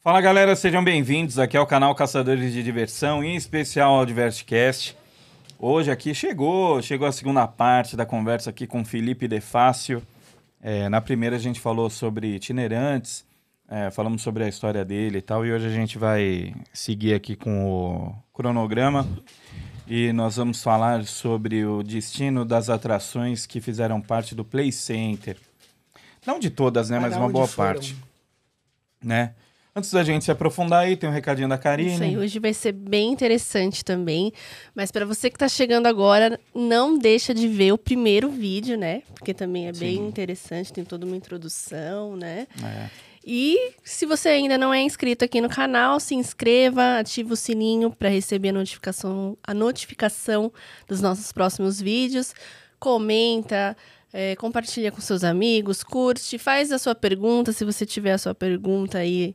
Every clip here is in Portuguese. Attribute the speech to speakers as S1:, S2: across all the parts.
S1: Fala galera, sejam bem-vindos aqui ao canal Caçadores de Diversão, em especial ao Diversecast. Hoje aqui chegou, chegou a segunda parte da conversa aqui com Felipe Defácio. É, na primeira a gente falou sobre itinerantes, é, falamos sobre a história dele e tal, e hoje a gente vai seguir aqui com o cronograma e nós vamos falar sobre o destino das atrações que fizeram parte do Play Center. Não de todas, né, mas,
S2: Cada
S1: uma
S2: onde
S1: boa
S2: foram.
S1: parte, né? Antes da gente se aprofundar aí, tem um recadinho da Karine.
S3: Isso aí, hoje vai ser bem interessante também. Mas para você que tá chegando agora, não deixa de ver o primeiro vídeo, né? Porque também é bem
S1: Sim.
S3: interessante, tem toda uma introdução, né?
S1: É.
S3: E se você ainda não é inscrito aqui no canal, se inscreva, ative o sininho para receber a notificação, a notificação dos nossos próximos vídeos. Comenta, eh, compartilha com seus amigos, curte, faz a sua pergunta, se você tiver a sua pergunta aí,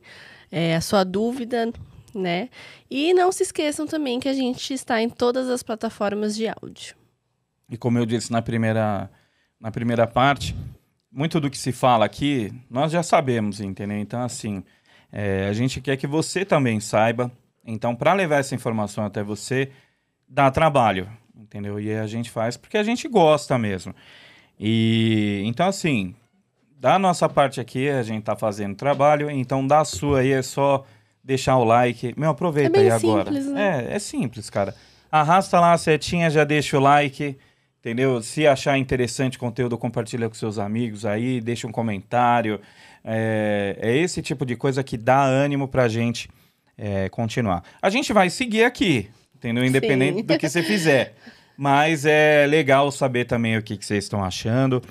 S3: eh, a sua dúvida, né? E não se esqueçam também que a gente está em todas as plataformas de áudio.
S1: E como eu disse na primeira, na primeira parte, muito do que se fala aqui nós já sabemos, entendeu? Então, assim, é, a gente quer que você também saiba. Então, para levar essa informação até você, dá trabalho, entendeu? E a gente faz porque a gente gosta mesmo. E então, assim, da nossa parte aqui, a gente tá fazendo trabalho, então da sua aí é só deixar o like. Meu, aproveita
S3: É bem
S1: aí agora.
S3: simples, né?
S1: É, é simples, cara. Arrasta lá a setinha, já deixa o like, entendeu? Se achar interessante o conteúdo, compartilha com seus amigos aí, deixa um comentário. É, é esse tipo de coisa que dá ânimo pra gente é, continuar. A gente vai seguir aqui, entendeu? Independente
S3: Sim.
S1: do que você fizer. Mas é legal saber também o que, que vocês estão achando.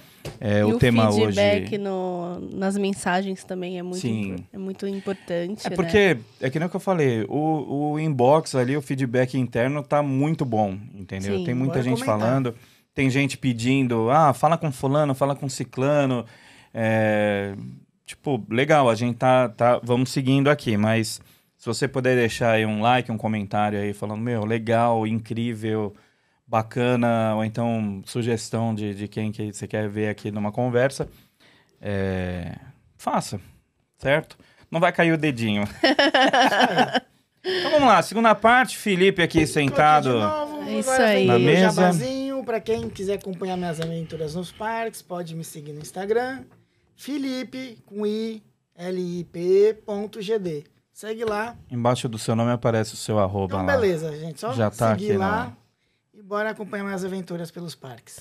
S1: É,
S3: e
S1: o, tema hoje.
S3: feedback no- nas mensagens também é muito,
S1: Sim.
S3: impor- é muito importante.
S1: É
S3: né?
S1: porque, é que nem o que eu falei, o, o inbox ali, o feedback interno tá muito bom, entendeu?
S3: Sim,
S1: tem muita
S2: bora
S1: gente
S2: comentar.
S1: falando, tem gente pedindo, ah, fala com fulano, fala com ciclano. É, tipo, legal, a gente tá, tá, vamos seguindo aqui, mas se você puder deixar aí um like, um comentário aí falando, meu, legal, incrível, bacana, ou então sugestão de, de quem que você quer ver aqui numa conversa, é, faça, certo? Não vai cair o dedinho. então vamos lá, segunda parte, Felipe aqui
S2: Tô
S1: sentado.
S2: aqui de novo,
S3: É isso
S2: agora fazendo
S3: aí.
S1: Na
S2: um
S1: mesa.
S2: jabazinho. Pra quem quiser acompanhar minhas aventuras nos parques, pode me seguir no Instagram. Felipe, com I, L-I-P, ponto GD. Segue lá.
S1: Embaixo do seu nome aparece o seu arroba
S2: Então,
S1: lá.
S2: beleza, gente. Só
S1: Já tá
S2: seguir
S1: aqui
S2: lá.
S1: na-
S2: E bora acompanhar minhas aventuras pelos parques.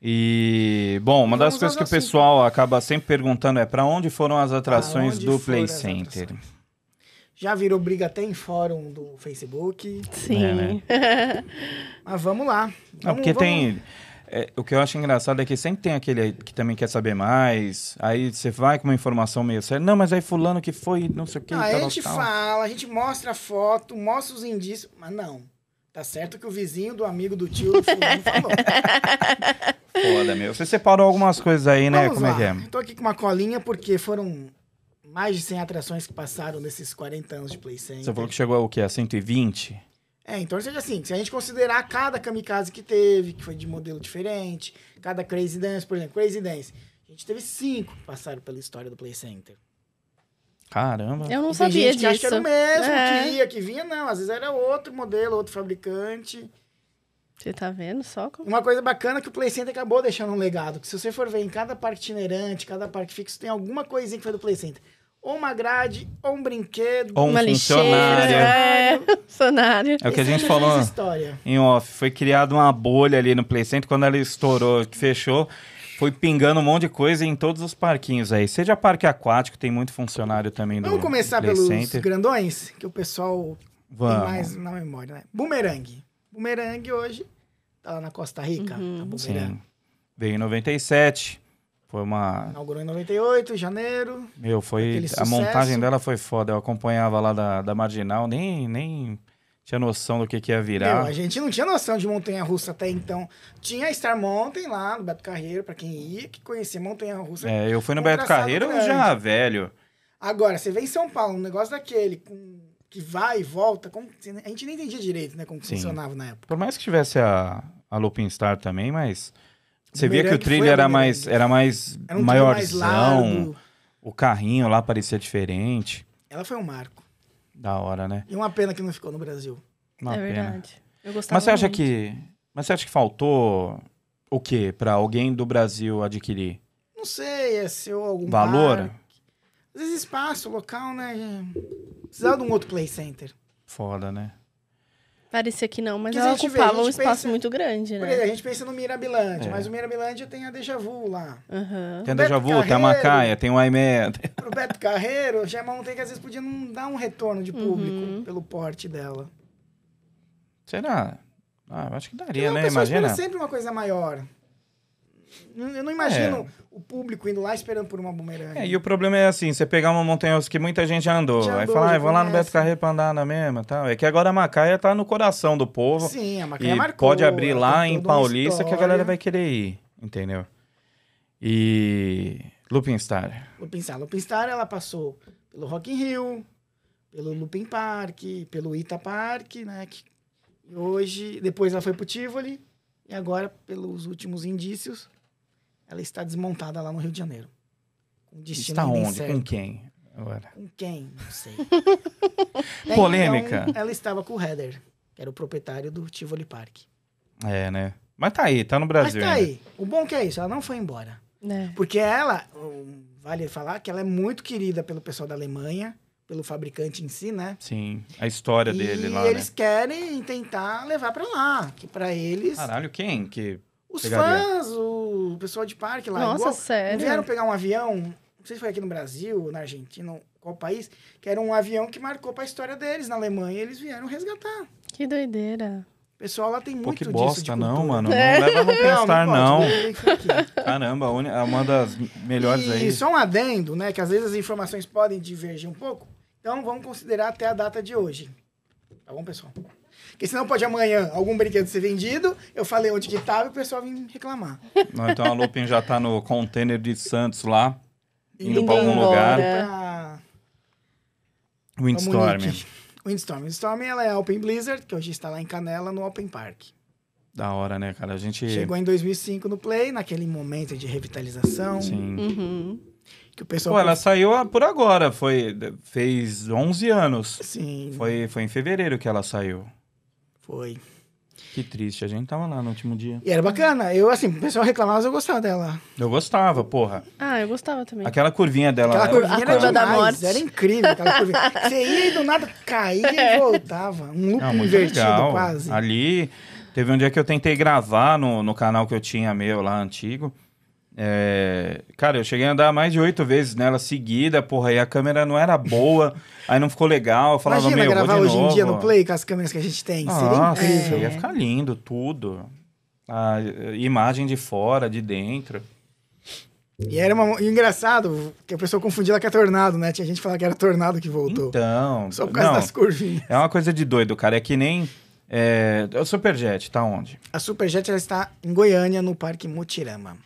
S1: E, bom, uma das
S2: Vamos
S1: coisas que o
S2: aos assuntos.
S1: pessoal acaba sempre perguntando é pra onde foram as atrações
S2: Aonde
S1: do
S2: foram
S1: Play
S2: as
S1: Center?
S2: Já virou briga até em fórum do Facebook.
S3: Sim.
S1: É, né?
S2: Mas vamos lá.
S1: Não,
S2: Vamos-
S1: porque
S2: vamos-
S1: tem. é, o que eu acho engraçado é que sempre tem aquele que também quer saber mais. Aí você vai com uma informação meio séria. Não, mas aí fulano que foi, não sei o que.
S2: Ah,
S1: tal,
S2: a gente
S1: tal.
S2: fala, a gente mostra a foto, mostra os indícios, mas não. Tá certo que o vizinho do amigo do tio do fulano falou.
S1: Foda, meu. Você separou algumas coisas aí, né?
S2: Vamos
S1: Como
S2: lá.
S1: é que é?
S2: Eu tô aqui com uma colinha porque foram mais de 100 atrações que passaram nesses 40 anos de Play Center.
S1: Você falou que chegou ao quê? A 120?
S2: É, então seja assim, se a gente considerar cada kamikaze que teve, que foi de modelo diferente, cada Crazy Dance, por exemplo, Crazy Dance, a gente teve cinco que passaram pela história do Play Center.
S1: Caramba.
S3: Eu não
S2: E tem
S3: sabia
S2: gente
S3: disso.
S2: que acha que era o mesmo,
S3: É.
S2: que ia, que vinha, não. Às vezes era outro modelo, outro fabricante.
S3: Você tá vendo só como.
S2: Uma coisa bacana é que o Play Center acabou deixando um legado. Que se você for ver em cada parque itinerante, cada parque fixo, tem alguma coisinha que foi do Play Center. Ou uma grade, ou um brinquedo.
S1: Ou um
S3: Uma lixeira,
S1: funcionário.
S3: é, funcionário.
S1: É o que a
S2: Play
S1: gente
S2: Center
S1: falou
S2: fez história.
S1: em off. Foi criada uma bolha ali no Play Center. Quando ela estourou, que fechou, foi pingando um monte de coisa em todos os parquinhos aí. Seja parque aquático, tem muito funcionário também do
S2: Vamos começar
S1: Play
S2: pelos
S1: Center.
S2: grandões, que o pessoal tem
S1: Vamos.
S2: mais na memória, né? Boomerang. Boomerang hoje tá lá na Costa Rica. a Boomerang.
S1: Sim. Veio em 97. Foi uma.
S2: Inaugurou em 98, janeiro.
S1: Meu, foi.
S2: Aquele
S1: A
S2: sucesso.
S1: montagem dela foi foda. Eu acompanhava lá da, da Marginal, nem, nem tinha noção do que, que ia
S2: Meu,
S1: virar.
S2: a gente não tinha noção de montanha-russa até então. Tinha a Star Mountain lá, no Beto Carreiro, pra quem ia, que conhecia montanha-russa.
S1: É, eu fui no
S2: um
S1: Beto
S2: traçado
S1: Carreiro
S2: grande.
S1: já velho.
S2: Agora, você vê em São Paulo um negócio daquele, com- que vai e volta, como- a gente nem entendia direito, né, como que
S1: Sim.
S2: funcionava na época.
S1: Por mais que tivesse a, a Lopin Star também, mas. Você via que o
S2: Bumerangue
S1: trilho
S2: foi a
S1: era
S2: bumerangue.
S1: mais, era mais
S2: Era um trilho mais
S1: maiorzão,
S2: largo.
S1: o carrinho lá parecia diferente.
S2: Ela foi um marco.
S1: Da hora, né?
S2: E uma pena que não ficou no Brasil.
S1: Uma
S3: é
S1: pena.
S3: verdade. Eu gostava
S1: Mas você acha
S3: muito.
S1: que. Mas você acha que faltou o quê para alguém do Brasil adquirir?
S2: Não sei, é seu algum
S1: Valor?
S2: parque. Às vezes espaço, local, né? Precisava de um outro play center.
S1: Foda, né?
S3: Parecia que não, mas
S2: Que
S3: ela
S2: a gente vê,
S3: ocupava
S2: a
S3: um
S2: gente
S3: espaço
S2: pensa-
S3: muito grande,
S2: Por exemplo,
S3: né?
S2: a gente pensa no Mirabilândia,
S1: É.
S2: mas o Mirabilândia tem a Deja Vu lá.
S3: Aham.
S1: Tem a
S2: Beto
S1: Deja Vu, tem a Macaia, tem o Aimé.
S2: Pro Beto Carreiro, já é uma montanha que às vezes podia não dar um retorno de público
S3: Uhum.
S2: pelo porte dela.
S1: Será? Ah, eu acho que
S2: Porque
S1: daria,
S2: uma
S1: né?
S2: pessoa espera
S1: Imagina.
S2: sempre uma coisa maior. N- Eu não imagino o público indo lá esperando por uma bumerangue.
S1: É, e o problema é assim, você pegar uma montanha russa que muita gente já andou,
S2: Já
S1: aí
S2: andou,
S1: fala,
S2: já
S1: ah, eu vou lá no
S2: conhece.
S1: Beto Carreiro pra andar na mesma tal. É que agora a Macaia tá no coração do povo.
S2: Sim, é a Macaé
S1: E
S2: marcou.
S1: pode abrir
S2: ela
S1: lá
S2: tem
S1: em
S2: toda uma
S1: Paulista que a galera
S2: história.
S1: vai querer ir, entendeu? E. Lupin Star.
S2: Lupin Star. Lupin Star, ela passou pelo Rock in Rio, pelo Lupin Park, pelo Ita Park, né? que- e hoje, depois ela foi pro Tivoli e agora, pelos últimos indícios, ela está desmontada lá no Rio de Janeiro. Com destino
S1: Está
S2: ainda
S1: onde?
S2: incerto.
S1: Com quem? Agora.
S2: Com quem? Não sei.
S1: Polêmica.
S2: Então, ela estava com o Heather, que era o proprietário do Tivoli Park.
S1: É, né? Mas tá aí, tá no Brasil.
S2: Mas tá
S1: ainda.
S2: aí. O bom que é isso, ela não foi embora.
S3: É.
S2: Porque ela, hum, vale falar que ela é muito querida pelo pessoal da Alemanha, pelo fabricante em si, né?
S1: Sim, a história
S2: e
S1: dele lá,
S2: eles
S1: né?
S2: querem tentar levar pra lá, que pra eles,
S1: Caralho, quem? Que...
S2: os
S1: pegaria.
S2: fãs, o pessoal de parque lá,
S3: Nossa,
S2: igual,
S3: sério?
S2: vieram pegar um avião, não sei se foi aqui no Brasil, na Argentina, qual país, que era um avião que marcou pra história deles na Alemanha, e eles vieram resgatar.
S3: Que doideira.
S2: O pessoal lá tem
S1: Pô,
S2: muito
S1: que
S2: disso de
S1: bosta, não,
S2: cultura. É.
S1: mano. Não leva a pensar, não.
S2: pode, tem que ficar aqui.
S1: Caramba, a uni- é uma das melhores
S2: e
S1: aí.
S2: só um adendo, né? Que às vezes as informações podem divergir um pouco. Então vamos considerar até a data de hoje. Tá bom, pessoal? Porque senão pode amanhã algum brinquedo ser vendido, eu falei onde que estava e o pessoal vem reclamar.
S1: Não, então a Lupin já tá no container de Santos lá. Indo
S3: pra algum lugar.
S2: Pra- pra
S1: Windstorm.
S2: Munique. Windstorm. Windstorm ela é a Open Blizzard, que hoje está lá em Canela, no Open Park.
S1: Da hora, né, cara? A gente.
S2: Chegou em 2005 no Play, naquele momento de revitalização,
S1: Sim.
S3: Uhum.
S2: que o pessoal...
S1: assim, Pô, ela saiu a- por agora. Foi... Fez 11 anos.
S2: Sim, foi.
S1: Foi, foi em fevereiro que ela saiu. Que triste, a gente tava lá no último dia.
S2: E era bacana. Eu, assim, o pessoal reclamava, mas eu gostava dela.
S1: Eu gostava, porra.
S3: Ah, eu gostava também.
S1: Aquela curvinha dela.
S2: Aquela
S1: era-
S2: curvinha né,
S3: A
S2: era
S3: curva da
S2: demais,
S3: morte.
S2: Era incrível aquela curvinha. Você ia e do nada
S3: É.
S2: caía e voltava. Um loop
S1: Não, muito
S2: invertido
S1: legal.
S2: quase.
S1: Ali, teve um dia que eu tentei gravar no, no canal que eu tinha meu lá, antigo. É, Cara, eu cheguei a andar mais de oito vezes nela seguida, porra, aí a câmera não era boa, aí não ficou legal. Eu falava,
S2: Imagina
S1: meu,
S2: gravar
S1: vou de
S2: hoje
S1: novo.
S2: em dia no Play com as câmeras que a gente tem. Seria
S1: Nossa,
S2: incrível.
S1: ia ficar lindo tudo. A eh, imagem de fora, de dentro. É.
S2: E era uma... e engraçado que a pessoa confundia ela com a Tornado, né? Tinha gente que falava que era Tornado que voltou.
S1: Então,
S2: Só por causa
S1: não,
S2: das curvinhas.
S1: é uma coisa de doido, cara. É que nem. É... O Superjet tá onde?
S2: A Superjet ela está em Goiânia, no Parque Mutirama.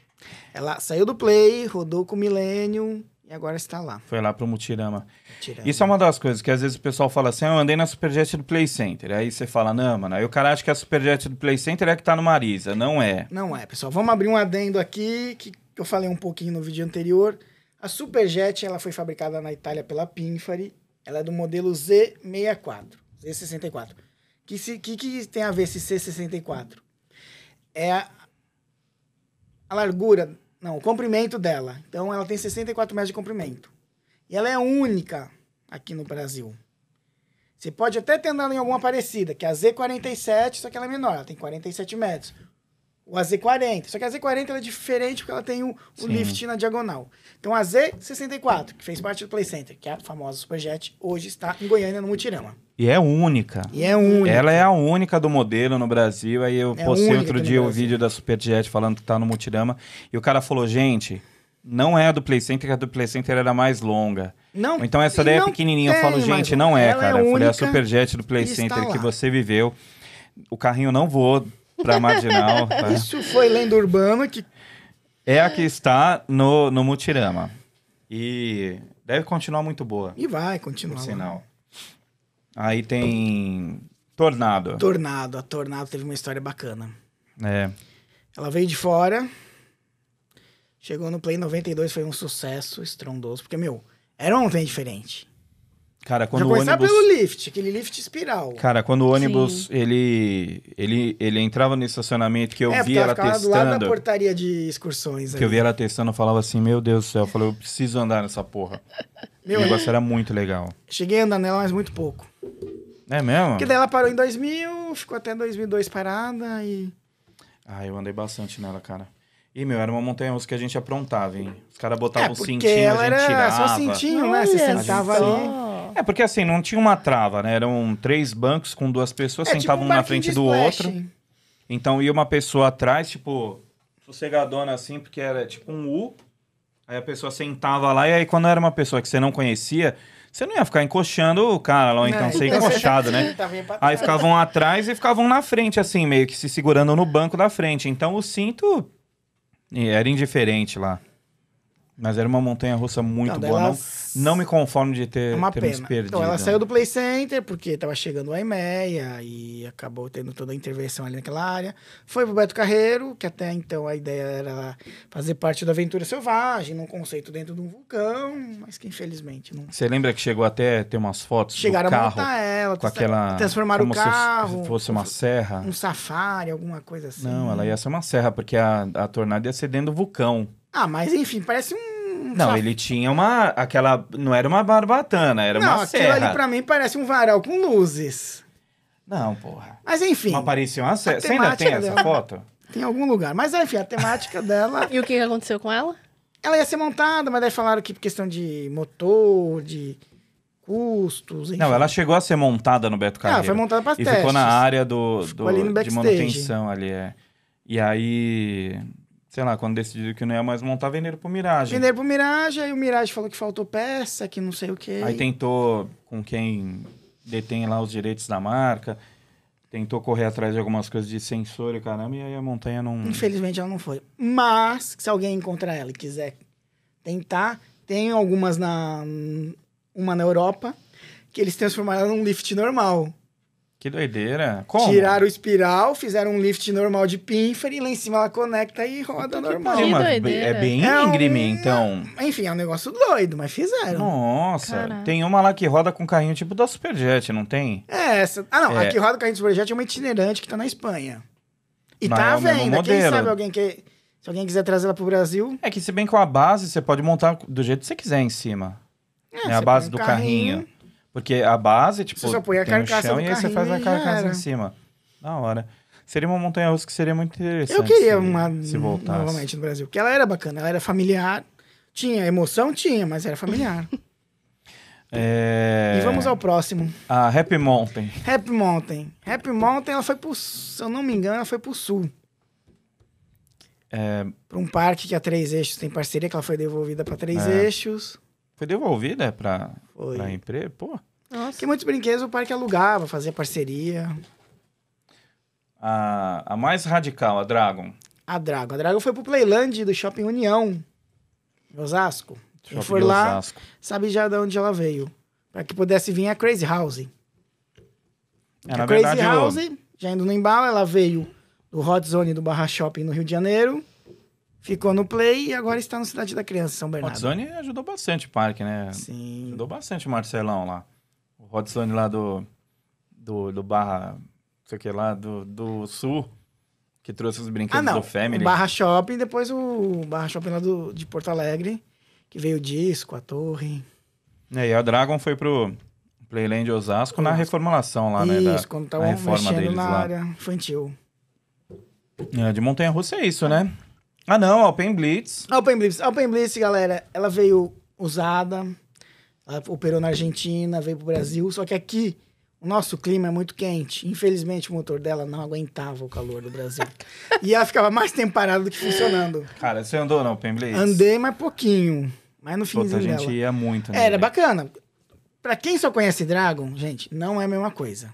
S2: Ela saiu do Play, rodou com o Millennium e agora está lá.
S1: Foi lá pro Mutirama.
S2: Mutirama.
S1: Isso é uma das coisas que às vezes o pessoal fala assim: "Ah, eu andei na Superjet do Play Center. Aí você fala, não, mano. Aí o cara acha que a Superjet do Play Center é que tá no Marisa. Não é.
S2: Não é, pessoal. Vamos abrir um adendo aqui, que eu falei um pouquinho no vídeo anterior. A Superjet, ela foi fabricada na Itália pela Pinfari. Ela é do modelo Z64, Z64. Que, se, que, que tem a ver esse C64? É a, a largura, não, o comprimento dela. Então, ela tem 64 metros de comprimento. E ela é única aqui no Brasil. Você pode até ter andado em alguma parecida, que é a Z47, só que ela é menor, ela tem 47 metros. O AZ40. Só que a Z40 ela é diferente porque ela tem o, o
S1: Sim.
S2: lift na diagonal. Então a Z64, que fez parte do Play Center, que é a famosa Superjet, hoje está em Goiânia, no Mutirama.
S1: E é única.
S2: E é única.
S1: Ela é a única do modelo no Brasil. Aí eu
S2: É
S1: postei
S2: única
S1: outro
S2: aqui no
S1: dia o
S2: Brasil.
S1: vídeo da Superjet falando que tá no Mutirama. E o cara falou, gente. Não é a do Play Center, que a do Play Center era mais longa.
S2: Não,
S1: Então essa
S2: e
S1: daí é
S2: não
S1: pequenininha. Eu
S2: tem
S1: falo,
S2: mais
S1: gente,
S2: uma.
S1: não é,
S2: Ela
S1: cara.
S2: É
S1: eu falei, a
S2: única,
S1: Superjet do Play
S2: e está
S1: Center que
S2: lá.
S1: você viveu. O carrinho não voou pra marginal. tá?
S2: Isso foi lenda urbana que
S1: É a que está no, no Mutirama. E deve continuar muito boa,
S2: e vai
S1: por
S2: continuar. lá.
S1: sinal. Aí tem Tornado.
S2: Tornado, a Tornado teve uma história bacana.
S1: É.
S2: Ela veio de fora. Chegou no Play 92, foi um sucesso estrondoso, porque meu, era uma montanha diferente.
S1: Cara,
S2: Já
S1: quando o
S2: começar
S1: ônibus.
S2: pelo lift, aquele lift espiral.
S1: Cara, quando o ônibus ele, ele, ele entrava no estacionamento que eu
S2: é, porque
S1: via
S2: ela
S1: ela
S2: ficava do lado da
S1: testando.
S2: portaria de excursões.
S1: Que eu
S2: ali.
S1: via ela testando, eu falava assim, meu Deus do céu, eu falei, eu preciso andar nessa porra.
S2: Meu, é.
S1: o negócio era muito legal.
S2: Cheguei a andar nela, mas muito pouco.
S1: É mesmo?
S2: Porque daí ela parou em 2000, ficou até 2002 parada e...
S1: Ah, eu andei bastante nela, cara. E, meu, era uma montanha russa que a gente aprontava, hein? Os caras botavam
S2: é,
S1: o
S2: porque
S1: um cintinho, a
S2: ela
S1: gente
S2: era
S1: tirava.
S2: só cintinho, né? Você
S1: Olha
S2: sentava
S1: só.
S2: ali.
S1: É, porque assim, não tinha uma trava, né? Eram três bancos com duas pessoas,
S2: É tipo
S1: sentavam
S2: um
S1: um na
S2: barquinho
S1: frente
S2: de
S1: do
S2: splash.
S1: outro. Então ia uma pessoa atrás, tipo, sossegadona assim, porque era tipo um U. Aí a pessoa sentava lá, e aí quando era uma pessoa que você não conhecia, você não ia ficar encoxando o cara lá, ou então
S2: Não,
S1: ser
S2: então você
S1: encoxado, né?
S2: Tava bem pra
S1: Aí
S2: trás.
S1: ficavam atrás e ficavam na frente, assim, meio que se segurando no banco da frente. Então o cinto e era indiferente lá. Mas era uma montanha russa muito
S2: Não, daí
S1: boa.
S2: ela-
S1: Não, não me conformo de ter,
S2: É uma
S1: ter nos
S2: pena.
S1: perdido.
S2: Então ela saiu do Play Center porque tava chegando o IMEA e acabou tendo toda a intervenção ali naquela área. Foi pro Beto Carreiro, que até então a ideia era fazer parte da aventura selvagem, num conceito dentro de um vulcão, mas que infelizmente não.
S1: Você lembra que chegou até ter umas fotos
S2: Chegaram
S1: do
S2: a
S1: carro?
S2: montar ela,
S1: com aquela.
S2: transformaram o
S1: como se
S2: carro.
S1: fosse uma serra.
S2: um safari, alguma coisa assim.
S1: Não, ela ia ser uma serra, porque a, a tornada ia ser dentro do vulcão.
S2: Ah, mas enfim, parece um.
S1: Não,
S2: saf-
S1: ele tinha uma. aquela. Não era uma barbatana, era
S2: Não,
S1: uma
S2: aquilo
S1: serra.
S2: ali pra mim parece um varal com luzes.
S1: Não, porra.
S2: Mas enfim,
S1: Não parecia uma serra.
S2: A
S1: Você ainda tem
S2: temática
S1: essa
S2: dela.
S1: foto?
S2: tem algum lugar. Mas enfim, a temática dela.
S3: E o que aconteceu com ela?
S2: Ela ia ser montada, mas daí falaram que por questão de motor, de custos, enfim.
S1: Não, ela chegou a ser montada no Beto Carreiro.
S2: Ah, foi montada para
S1: E
S2: testes.
S1: ficou na área do,
S2: Ficou
S1: do-
S2: ali no
S1: de
S2: backstage.
S1: manutenção ali, é. E aí, sei lá, quando decidiram que não ia mais montar, venderam pro Mirage.
S2: Venderam pro Mirage, aí o Mirage falou que faltou peça, que não sei o quê.
S1: Aí tentou, com quem detém lá os direitos da marca, tentou correr atrás de algumas coisas de sensor e caramba, e aí a montanha não...
S2: Infelizmente ela não foi. Mas, se alguém encontrar ela e quiser tentar, tem algumas na. Uma na Europa, que eles transformaram num lift normal.
S1: Que doideira! Como?
S2: Tiraram o espiral, fizeram um lift normal de pinfer e lá em cima ela conecta e roda
S1: Que
S2: normal.
S1: pariu, mas
S3: doideira.
S1: É bem
S2: É um- É.
S1: íngreme, então.
S2: Enfim, é um negócio doido, mas fizeram.
S1: Nossa,
S3: Caraca.
S1: tem uma lá que roda com carrinho tipo da Superjet, não tem?
S2: É essa. Ah, não.
S1: É.
S2: A que roda o carrinho de projeto é uma itinerante que tá na Espanha. E
S1: Mas
S2: tá
S1: é
S2: à
S1: o mesmo
S2: venda. Quem
S1: modelo.
S2: sabe alguém que. Se alguém quiser trazer ela pro Brasil.
S1: É que se bem com a base, você pode montar do jeito que você quiser em cima. É, a
S2: você
S1: base
S2: põe
S1: do
S2: um
S1: carrinho. Porque a base, tipo,
S2: Você só põe a
S1: tem o
S2: carcaça
S1: chão
S2: do
S1: e aí você
S2: carrinho
S1: faz a
S2: e já
S1: carcaça
S2: era.
S1: em cima. Da hora. Seria uma montanha russa que seria muito interessante.
S2: Eu queria
S1: se-
S2: uma
S1: Se voltasse.
S2: novamente no Brasil. Porque ela era bacana, ela era familiar. Tinha emoção, tinha, mas era familiar.
S1: É...
S2: E vamos ao próximo.
S1: A Happy Mountain.
S2: Happy Mountain. Happy Mountain, ela foi pro. Se eu não me engano, ela foi pro sul. É... Pra um parque que a Três Eixos tem parceria, que ela foi devolvida pra Três
S1: É.
S2: Eixos.
S1: Foi devolvida pra,
S2: Foi.
S1: pra empresa? Pô.
S3: Nossa.
S2: Porque muitos brinquedos o parque alugava, fazia parceria.
S1: A, a mais radical, a Dragon.
S2: A Drago. A Drago foi pro Playland do Shopping União, em Osasco. Quem
S1: Shopping
S2: for
S1: de
S2: lá,
S1: Osasco.
S2: sabe já de onde ela veio. Pra que pudesse vir a Crazy House.
S1: É, na
S2: a Crazy
S1: verdade, eu-
S2: House, já indo no embalo, ela veio do Hot Zone do Barra Shopping no Rio de Janeiro, ficou no Play e agora está no Cidade da Criança, São
S1: o
S2: Bernardo.
S1: Hot Zone ajudou bastante o parque, né?
S2: Sim.
S1: Ajudou bastante o Marcelão lá. O Hot Zone lá do, do, do Barra, não sei o que lá, do, do Sul, que trouxe os
S2: Ah,
S1: brinquedos
S2: não.
S1: do Family.
S2: O Barra Shopping, depois o Barra Shopping lá do, de Porto Alegre, que veio o disco, a torre.
S1: É, e a Dragon foi pro Playland Osasco na reformulação lá, né?
S2: isso,
S1: da-
S2: quando
S1: da
S2: estavam
S1: reforma
S2: mexendo
S1: deles
S2: na
S1: lá.
S2: área infantil.
S1: É, de Montanha Russa é isso, né? Ah, não, a Open Blitz.
S2: Open Blitz. Open Blitz, galera, ela veio usada, ela operou na Argentina, veio pro Brasil, só que aqui o nosso clima é muito quente. Infelizmente, o motor dela não aguentava o calor do Brasil. e ela ficava mais tempo parada do que funcionando.
S1: Cara, você andou na Open Blitz?
S2: Andei, mas pouquinho. Mas no
S1: Puta, a
S2: finzinho
S1: gente
S2: dela.
S1: ia muito, né?
S2: É, Era bacana. Pra quem só conhece Dragon, gente, não é a mesma coisa.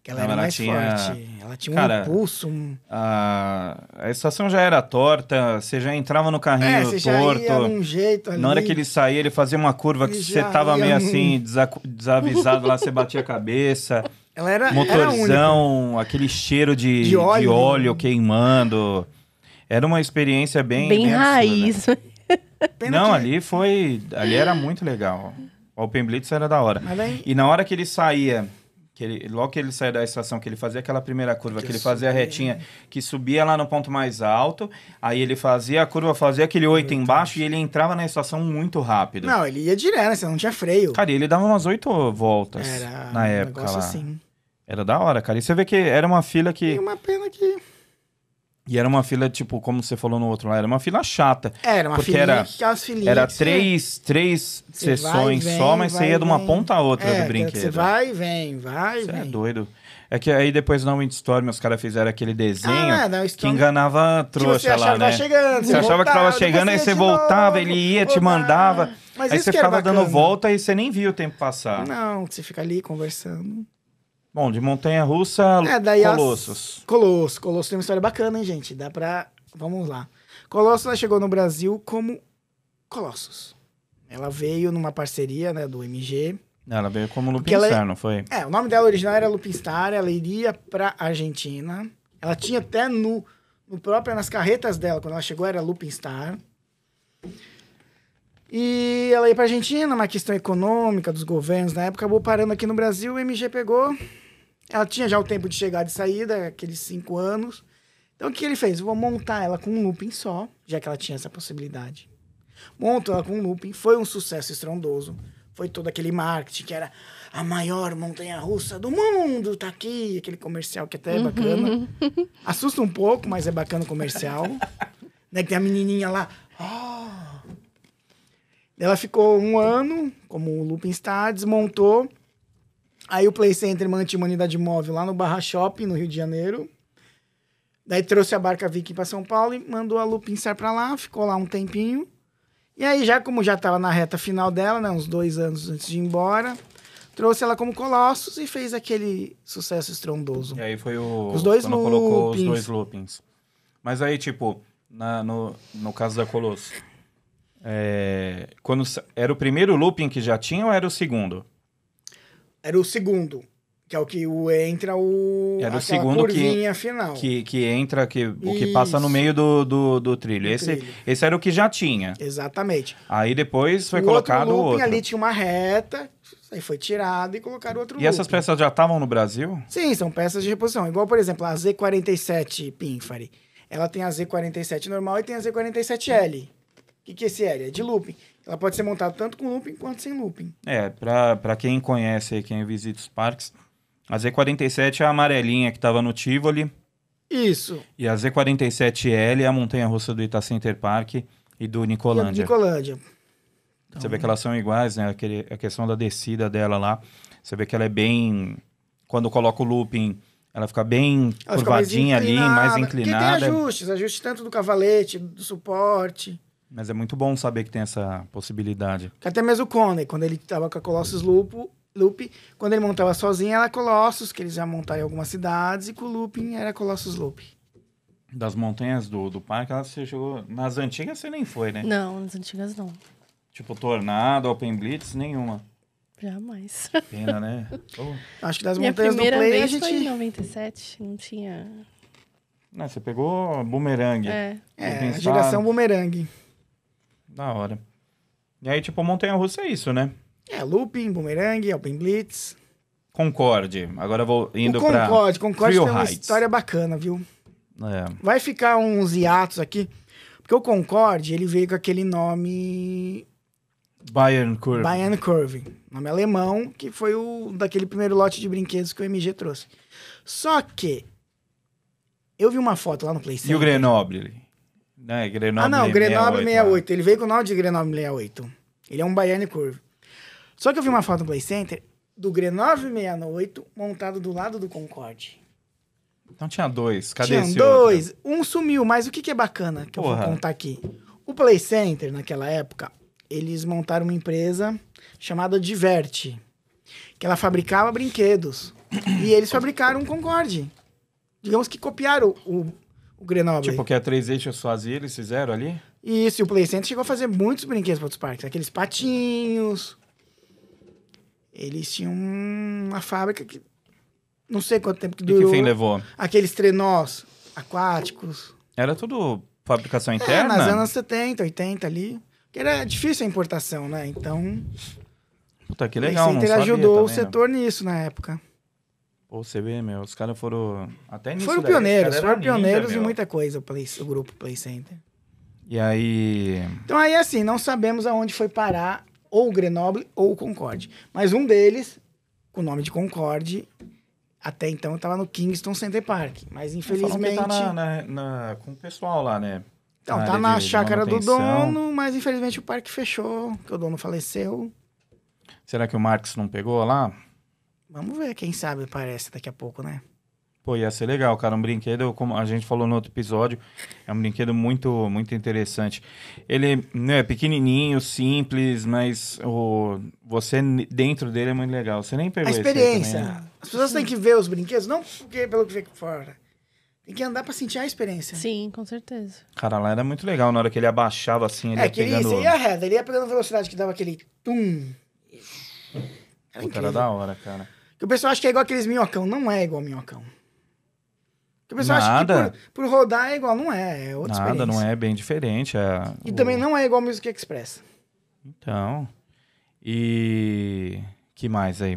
S2: Que ela
S1: Não,
S2: era
S1: ela
S2: mais
S1: tinha-
S2: forte. Ela tinha um
S1: Cara,
S2: impulso, um...
S1: A, Ah, a estação já era torta, você já entrava no
S2: É,
S1: carrinho
S2: você já
S1: torto.
S2: ia num jeito ali.
S1: Na hora que ele saía, ele fazia uma curva que
S2: Ele
S1: você
S2: já
S1: tava
S2: ia
S1: meio
S2: num-
S1: assim, desacu- desavisado lá, você batia a cabeça.
S2: Ela era, era única.
S1: Motorzão, aquele cheiro de,
S2: De
S1: de óleo.
S2: óleo.
S1: queimando. Era uma experiência bem.
S3: Bem
S1: absurda, né?
S3: raiz.
S2: Pena
S1: Não,
S2: que-
S1: ali foi. Ali era muito legal. O Open Blitz era da hora.
S2: Mas daí.
S1: E na hora que ele saía, que ele- logo que ele saía da estação, que ele fazia aquela primeira curva, que, ele fazia a retinha, que subia lá no ponto mais alto, aí ele fazia a curva, fazia aquele oito embaixo e ele entrava na estação muito rápido.
S2: Não, ele ia direto, né? Você não tinha freio.
S1: Cara, e ele dava umas oito voltas
S2: Era
S1: na
S2: um
S1: época
S2: negócio
S1: lá.
S2: assim.
S1: Era da hora, cara. E você vê que era uma fila
S2: E
S1: que.
S2: uma pena que.
S1: E era uma fila, tipo, como você falou no outro lá, era uma fila chata.
S2: Era uma
S1: Porque
S2: filinha,
S1: era-
S2: que aquelas filinhas.
S1: Era
S2: que você-
S1: três, três
S2: Você
S1: sessões
S2: vai,
S1: só,
S2: vem,
S1: mas você
S2: vai,
S1: ia de uma
S2: vem.
S1: ponta a outra
S2: É,
S1: do
S2: que
S1: brinquedo.
S2: Você vai e vem, vai
S1: né?
S2: e
S1: Você é
S2: vem.
S1: doido. É que aí depois na Windstorm os caras fizeram aquele desenho
S2: Ah, não,
S1: que
S2: Storm-
S1: enganava a
S2: você
S1: trouxa
S2: achava
S1: lá,
S2: que tava
S1: né?
S2: chegando,
S1: Você achava que tava
S2: voltava,
S1: chegando, aí
S2: depois
S1: você
S2: ia de novo,
S1: voltava, ele ia, te
S2: voltava.
S1: mandava.
S2: Mas
S1: aí
S2: isso
S1: você
S2: que era
S1: ficava dando
S2: bacana.
S1: volta e você nem via o tempo passar.
S2: Não, você fica ali conversando.
S1: Bom, de montanha russa,
S2: É, daí as-
S1: Colossos.
S2: Colosso. Colosso tem uma história bacana, hein, gente? Dá pra. Vamos lá. Colosso ela chegou no Brasil como Colossus. Ela veio numa parceria né, do MG.
S1: Ela veio como Lupin
S2: Porque ela é-
S1: Star, não foi?
S2: É, o nome dela original era Lupin Star, ela iria pra Argentina. Ela tinha até no, no próprio, nas carretas dela, quando ela chegou, era Lupin Star. E ela ia pra Argentina, uma questão econômica dos governos na época, acabou parando aqui no Brasil, o MG pegou. Ela tinha já o tempo de chegada e saída, aqueles cinco anos. Então o que ele fez? Vou montar ela com um looping só, já que ela tinha essa possibilidade. Montou ela com um looping, foi um sucesso estrondoso. Foi todo aquele marketing que era a maior montanha-russa do mundo, tá aqui, aquele comercial que até é bacana. Assusta um pouco, mas é bacana o comercial. né, que tem a menininha lá. "Ah". Ela ficou um ano como o Lupin Star, desmontou. Aí o Play Center mantinha uma unidade móvel lá no Barra Shopping, no Rio de Janeiro. Daí trouxe a barca Viking para São Paulo e mandou a Lupin Star para lá, ficou lá um tempinho. E aí, já como já estava na reta final dela, né, uns dois anos antes de ir embora, trouxe ela como Colossus e fez aquele sucesso estrondoso.
S1: E aí foi o.
S2: Os dois
S1: quando colocou os
S2: loopings.
S1: dois loopings. Mas aí, tipo, na- no, no caso da Colosso. é, quando sa- era o primeiro looping que já tinha ou era o segundo?
S2: Era o segundo, que é o que o entra o
S1: Era o
S2: aquela
S1: segundo que-
S2: curvinha final.
S1: Que, que entra, que, o que passa no
S2: Isso.
S1: meio do, do, do trilho.
S2: Do
S1: esse,
S2: trilho.
S1: esse era o que já tinha.
S2: Exatamente.
S1: Aí depois foi
S2: o
S1: colocado
S2: outro
S1: o
S2: looping
S1: outro.
S2: ali tinha uma reta, isso aí foi tirado e colocaram outro
S1: E essas
S2: um looping.
S1: peças já estavam no Brasil?
S2: Sim, são peças de reposição. Igual, por exemplo, a Z47 Pinfari. Ela tem a Z47 normal e tem a Z47L. O que, que é esse L? É de looping. Ela pode ser montada tanto com looping quanto sem looping.
S1: É, pra, pra quem conhece aí, quem visita os parques, a Z47 é a amarelinha que tava no Tivoli.
S2: Isso.
S1: E a Z47L é a montanha-russa do Ita Center Park e do Nicolândia.
S2: E a Nicolândia.
S1: Você vê que elas são iguais, né? Aquele, a questão da descida dela lá. Você vê que ela é bem... Quando coloca o looping, ela fica bem
S2: Ela fica mais
S1: curvadinha ali, mais
S2: Porque
S1: inclinada.
S2: tem ajustes. Ajuste tanto do cavalete, do suporte.
S1: Mas é muito bom saber que tem essa possibilidade.
S2: Que Até mesmo o Conner, quando ele tava com a Colossus Loop, Loop, quando ele montava sozinho, era Colossus, que eles já montaram em algumas cidades, e com o Looping era Colossus Loop.
S1: Das montanhas do, do parque, ela você chegou... Nas antigas você nem foi, né?
S3: Não, nas antigas não.
S1: Tipo, Tornado, Open Blitz, nenhuma.
S3: Jamais.
S1: Pena, né? Pô.
S2: Acho que das
S3: Minha
S2: montanhas do
S3: primeira
S2: Play a
S3: vez
S2: gente.
S3: foi em 97. Não tinha.
S1: Não, né, você pegou Boomerang.
S3: É.
S2: É,
S1: Lupin
S2: a
S1: Star.
S2: geração Boomerang.
S1: Da hora. E aí, tipo, montanha-russa é isso, né?
S2: É, Looping, Boomerang, Open Blitz.
S1: Concorde. Agora vou indo
S2: o
S1: pra.
S2: Concorde, Concorde
S1: Thrill
S2: tem uma
S1: Heights.
S2: história bacana, viu?
S1: É,
S2: Vai ficar uns hiatos aqui, porque o Concorde, ele veio com aquele nome
S1: Bayern Curve.
S2: Bayern Curve, nome alemão, que foi o daquele primeiro lote de brinquedos que o MG trouxe. Só que eu vi uma foto lá no PlayStation.
S1: E o Grenoble? Né? Grenoble
S2: Ah, não, o Grenoble 68.
S1: lá.
S2: Ele veio com o nome de Grenoble 68. Ele é um Bayern Curve. Só que eu vi uma foto no Play Center do Grenoble 68 montado do lado do Concorde.
S1: Então tinha dois. Cadê
S2: Tinham
S1: esse
S2: dois,
S1: outro?
S2: um sumiu, mas o que, que é bacana que eu
S1: Porra.
S2: vou contar aqui? O Play Center, naquela época, eles montaram uma empresa chamada Diverte, que ela fabricava brinquedos. e eles fabricaram um Concorde. Digamos que copiaram o, o Grenoble.
S1: Tipo, que a três eixos fazia, eles fizeram ali?
S2: Isso, e o Play Center chegou a fazer muitos brinquedos para outros parques. Aqueles patinhos. Eles tinham uma fábrica que. Não sei quanto tempo que
S1: E que
S2: durou.
S1: fim levou?
S2: Aqueles trenós aquáticos.
S1: Era tudo fabricação
S2: É,
S1: interna?
S2: nas anos 70, 80 ali. Que era difícil a importação, né? Então.
S1: Puta, que
S2: O
S1: legal,
S2: Play
S1: não
S2: Center
S1: sabia
S2: ajudou
S1: também, né?
S2: o setor nisso na época.
S1: Meu. Pô, você vê, meu, os caras foram... Até nisso
S2: Foram
S1: daí, os
S2: pioneiros,
S1: caras eram
S2: foram
S1: ninja,
S2: pioneiros em
S1: meu.
S2: muita coisa, o, Play- o grupo Play Center.
S1: E aí...
S2: Então aí assim, não sabemos aonde foi parar ou o Grenoble ou o Concorde. Mas um deles, com o nome de Concorde, até então estava no Kingston Center Park. Mas infelizmente.
S1: Falam que tá na- na- na- com o pessoal lá, né?
S2: Então,
S1: na
S2: tá
S1: área
S2: na
S1: de- de
S2: chácara do
S1: manutenção.
S2: dono, mas infelizmente o parque fechou, que o dono faleceu.
S1: Será que o Marx não pegou lá?
S2: Vamos ver, quem sabe aparece daqui a pouco, né?
S1: Pô, ia ser legal, cara. Um brinquedo, como a gente falou no outro episódio, é um brinquedo muito, muito interessante. Ele né, é pequenininho, simples, mas o, você ne- dentro dele é muito legal. Você nem
S2: A
S1: pegou esse aí
S2: experiência.
S1: também, né?
S2: As pessoas têm que ver os brinquedos, não porque pelo que fica fora. Tem que andar pra sentir a experiência.
S3: Sim, com certeza.
S1: Cara, lá era muito legal. Na hora que ele abaixava assim, ele
S2: é,
S1: ia
S2: que ele,
S1: pegando...
S2: você ia reto, ele ia pegando velocidade que dava aquele tum. Era
S1: Puta, era
S2: incrível.
S1: da hora, cara.
S2: Que o pessoal acha que é igual aqueles minhocão. Não é igual minhocão. Que o pessoal acha
S1: Nada.
S2: que por, por rodar é igual. Não é, é outra
S1: Nada,
S2: experiência.
S1: não é bem diferente. é
S2: E
S1: o-
S2: também não é igual Music Express.
S1: Então... E... que mais aí?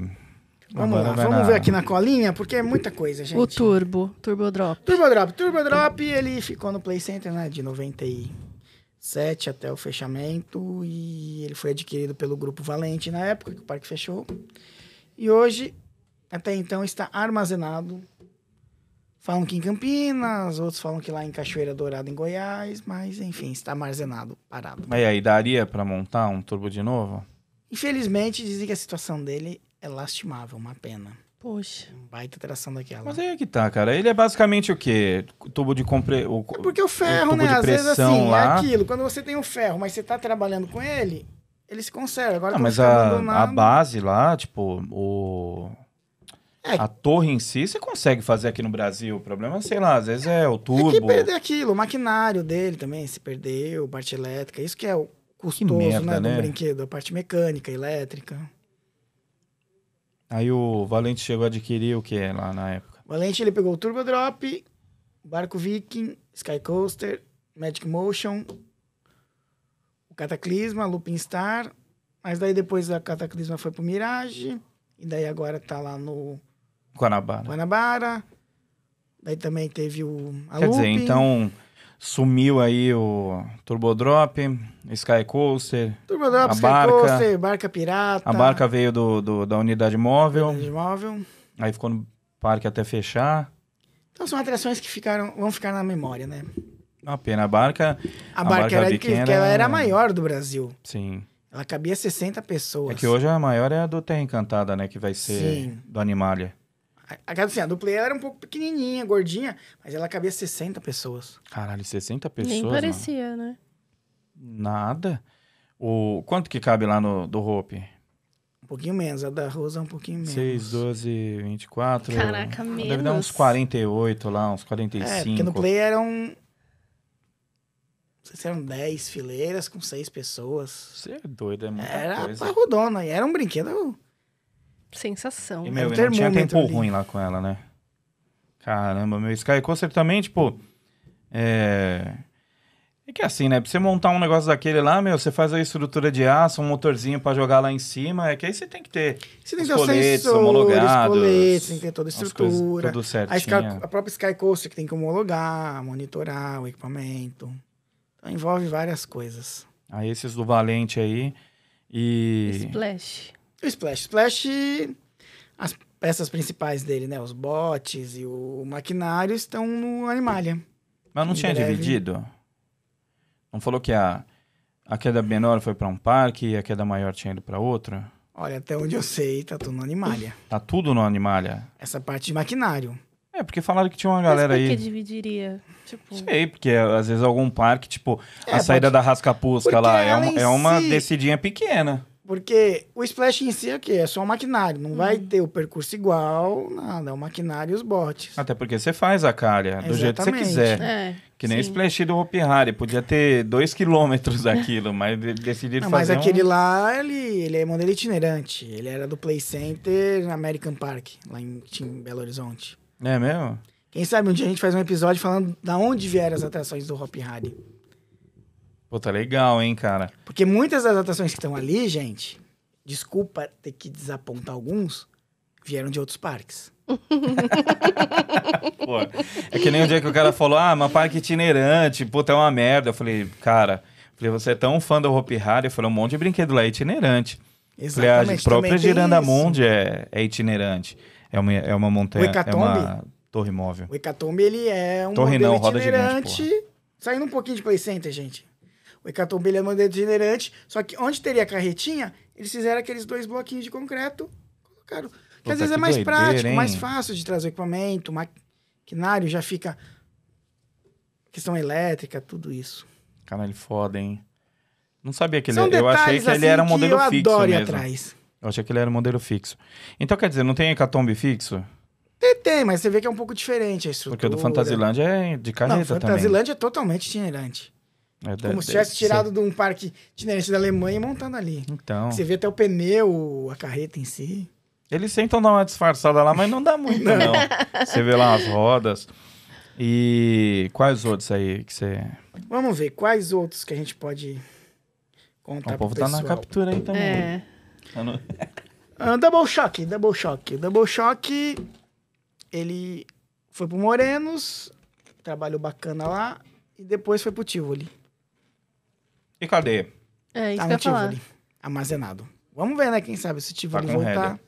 S2: Vamos
S1: Agora
S2: lá,
S1: vai
S2: vamos
S1: na-
S2: ver aqui na colinha, porque é muita coisa, gente.
S3: O Turbo, Turbo Drop.
S2: Turbo Drop. Turbo Drop, ele ficou no Play Center, né? De 97 até o fechamento. E ele foi adquirido pelo Grupo Valente na época, que o parque fechou. E hoje, até então, está armazenado. Falam que em Campinas, outros falam que lá em Cachoeira Dourada, em Goiás. Mas, enfim, está armazenado, parado.
S1: Mas aí, daria pra montar um turbo de novo?
S2: Infelizmente, dizem que a situação dele é lastimável, uma pena.
S3: Poxa.
S2: Um baita atração daquela.
S1: Mas aí é que tá, cara. Ele é basicamente o quê? Tubo de compre... o-
S2: É porque o ferro,
S1: tubo
S2: né?
S1: de
S2: Às vezes
S1: pressão
S2: assim,
S1: lá.
S2: é aquilo. Quando você tem o ferro, mas você tá trabalhando com ele, ele se conserva. Agora
S1: Não,
S2: quando
S1: mas
S2: fica
S1: a, a
S2: abandonado-
S1: base lá, tipo, o...
S2: É.
S1: A torre em si, você consegue fazer aqui no Brasil. O problema, sei lá, às vezes é o
S2: Tem que
S1: turbo.
S2: perder aquilo. O maquinário dele também se perdeu, parte elétrica. Isso que é o custoso,
S1: merda,
S2: né?
S1: né?
S2: Do brinquedo. A parte mecânica, elétrica.
S1: Aí o Valente chegou a adquirir o que lá na época?
S2: O Valente, ele pegou o Turbo Drop, o Barco Viking, Sky Coaster, Magic Motion, o Cataclisma, Lupin Star. Mas daí depois o Cataclisma foi pro Mirage. E daí agora tá lá no...
S1: Guanabara.
S2: Guanabara. Daí também teve o a
S1: Quer dizer,
S2: Looping,
S1: então sumiu aí o Turbodrop, Sky Coaster.
S2: Turbo Drop,
S1: a
S2: Sky
S1: barca,
S2: Coaster, Barca Pirata.
S1: A barca veio do, do- da unidade móvel,
S2: de móvel.
S1: aí ficou no parque até fechar.
S2: Então são atrações que ficaram, vão ficar na memória, né?
S1: Uma pena, a barca,
S2: A,
S1: A
S2: barca,
S1: barca é-
S2: era,
S1: Viking
S2: incrível, porque ela
S1: era-
S2: era a maior do Brasil.
S1: sim.
S2: Ela cabia 60 pessoas.
S1: É que hoje a maior é a do Terra Encantada, né? Que vai ser
S2: Sim.
S1: do Animalia.
S2: A- A, assim, a dupla era um pouco pequenininha, gordinha, mas ela cabia 60 pessoas.
S1: Caralho, 60 pessoas.
S3: Nem
S1: mano.
S3: parecia, né?
S1: Nada. O... Quanto que cabe lá no do Hope?
S2: Um pouquinho menos, a da Rosa é um pouquinho menos.
S1: 6, 12, 24.
S3: Caraca,
S1: Deve dar uns
S3: menos.
S1: 48 lá, uns
S2: É,
S1: 45.
S2: porque no Play eram... Não sei se eram 10 fileiras com 6 pessoas.
S1: Você é doido, é muita
S2: Era
S1: coisa.
S2: parrudona, e era um brinquedo.
S3: Sensação.
S1: E,
S2: era
S1: meu,
S2: um
S1: e não tinha
S2: termômetro
S1: tempo
S2: ali.
S1: ruim lá com ela, né? Caramba, meu Sky Coaster também, tipo. É. É que assim, né? Pra você montar um negócio daquele lá, meu, você faz a estrutura de aço, um motorzinho pra jogar lá em cima. É que aí você tem que ter
S2: Você tem
S1: Os
S2: que ter os
S1: coletes
S2: sensores,
S1: homologados,
S2: coletes, tem que ter toda a
S1: as coisas
S2: estrutura.
S1: tudo
S2: a, Sky-
S1: certinho.
S2: a própria Sky Coaster que tem que homologar, monitorar o equipamento. Então envolve várias coisas.
S1: Aí esses do Valente aí. E.
S3: Splash.
S2: O Splash. Splash, as peças principais dele, né? Os botes e o maquinário estão no Animalia.
S1: Mas não
S2: em
S1: tinha
S2: breve.
S1: dividido? Não falou que a, a queda menor foi pra um parque e a queda maior tinha ido pra outro?
S2: Olha, até onde eu sei, tá tudo no Animalia.
S1: Tá tudo no Animalha?
S2: Essa parte de maquinário.
S1: É, porque falaram que tinha uma
S3: Mas
S1: galera
S3: por que
S1: aí.
S3: dividiria? Tipo,
S1: Sei, porque às vezes algum parque, tipo,
S2: É,
S1: a saída
S2: pode-
S1: da Rascapusca lá
S2: Porque
S1: é,
S2: ela
S1: um-
S2: em
S1: é uma
S2: si-
S1: descidinha pequena.
S2: Porque o Splash em si é o quê? É só o maquinário. Não vai ter o percurso igual, nada. É o maquinário e os botes.
S1: Até porque você faz a calha do jeito que você
S2: Exatamente.
S1: quiser.
S3: é.
S1: Que nem o
S3: sim.
S1: Splash do Hopi Hari. Podia ter dois quilômetros daquilo, mas de- decidiram
S2: Não, mas
S1: fazer
S2: aquele
S1: um...
S2: lá, ele, ele é modelo itinerante. Ele era do Play Center na American Park, lá em, em Belo Horizonte.
S1: É mesmo?
S2: Quem sabe um dia a gente faz um episódio falando da onde vieram as atrações do Hop Harry.
S1: Pô, tá legal, hein, cara?
S2: Porque muitas das atrações que estão ali, gente, desculpa ter que desapontar alguns, vieram de outros parques.
S1: Pô, é que nem o dia que o cara falou, ah, mas parque itinerante, puta, é uma merda. Eu falei, cara, eu falei, você é tão fã do Hopi Hari? Eu falei, um monte de brinquedo lá é itinerante. Eu Falei, a própria
S2: também tem isso.
S1: Girandamonde é, é itinerante. É uma, é uma montanha, é
S2: Hecatombe?
S1: uma torre móvel.
S2: O Hecatombe, ele é um
S1: Torre
S2: modelo
S1: não, roda
S2: itinerante.
S1: gigante,
S2: saindo um pouquinho de Play Center, gente. O Hecatombe, ele é um modelo itinerante. Só que onde teria carretinha, eles fizeram aqueles dois bloquinhos de concreto. Colocaram. Que
S1: Puta,
S2: às vezes é
S1: que
S2: mais
S1: doideira,
S2: prático,
S1: hein?
S2: mais fácil de trazer o equipamento, maquinário, já fica... Questão elétrica, tudo isso.
S1: Caralho, é foda, hein? Não sabia que ele
S2: São
S1: Eu achei
S2: detalhes,
S1: que ele
S2: assim,
S1: era um modelo
S2: que eu
S1: fixo
S2: adoro ir
S1: mesmo.
S2: atrás.
S1: Eu achei que ele era um modelo fixo. Então, quer dizer, não tem hecatombe fixo?
S2: Tem, tem, mas você vê que é um pouco diferente a estrutura.
S1: Porque o do Fantasilândia é de carreta
S2: Não, Fantasilândia é totalmente itinerante.
S1: também. É, deve-
S2: Como se tivesse
S1: deve
S2: tirado de um parque itinerante da Alemanha e montando ali.
S1: ser. Então,
S2: Você vê até o pneu, a carreta em si.
S1: eles tentam dar uma disfarçada lá, mas não dá muito, não. Você vê lá as rodas. E quais outros aí que você...
S2: Vamos ver quais outros que a gente pode contar
S1: o povo
S2: pro
S1: tá
S2: pessoal.
S1: na captura aí também.
S3: É.
S1: Tá no-
S2: Ah, Double Shock, Double Shock. Double Shock, ele foi pro Morenos, trabalhou bacana lá, e depois foi pro Tivoli.
S1: E cadê?
S3: É
S2: tá
S3: isso que eu
S2: no
S3: ia falar.
S2: Tivoli, armazenado. Vamos ver, né? Quem sabe se o Tivoli
S1: Tá com né?
S2: voltar.
S1: rédea.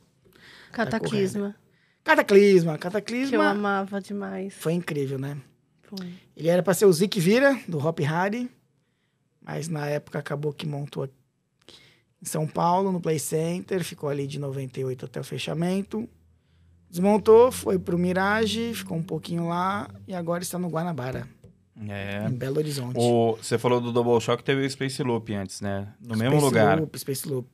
S3: Cataquisma.
S2: Cataclisma,
S3: Que eu
S2: Cataclisma.
S3: amava demais. Tipo,
S2: Foi incrível, né?
S3: Foi.
S2: Ele era pra ser o Zic Vira, do Hop Harry, mas na época acabou que montou aqui em São Paulo, no Play Center, ficou ali de 98 até o fechamento. Desmontou, foi pro Mirage, ficou um pouquinho lá e agora está no Guanabara,
S1: É.
S2: em Belo Horizonte.
S1: O- Você falou do Double Shock, teve o Space Loop antes, né? No mesmo lugar,
S2: Loop, Space Loop.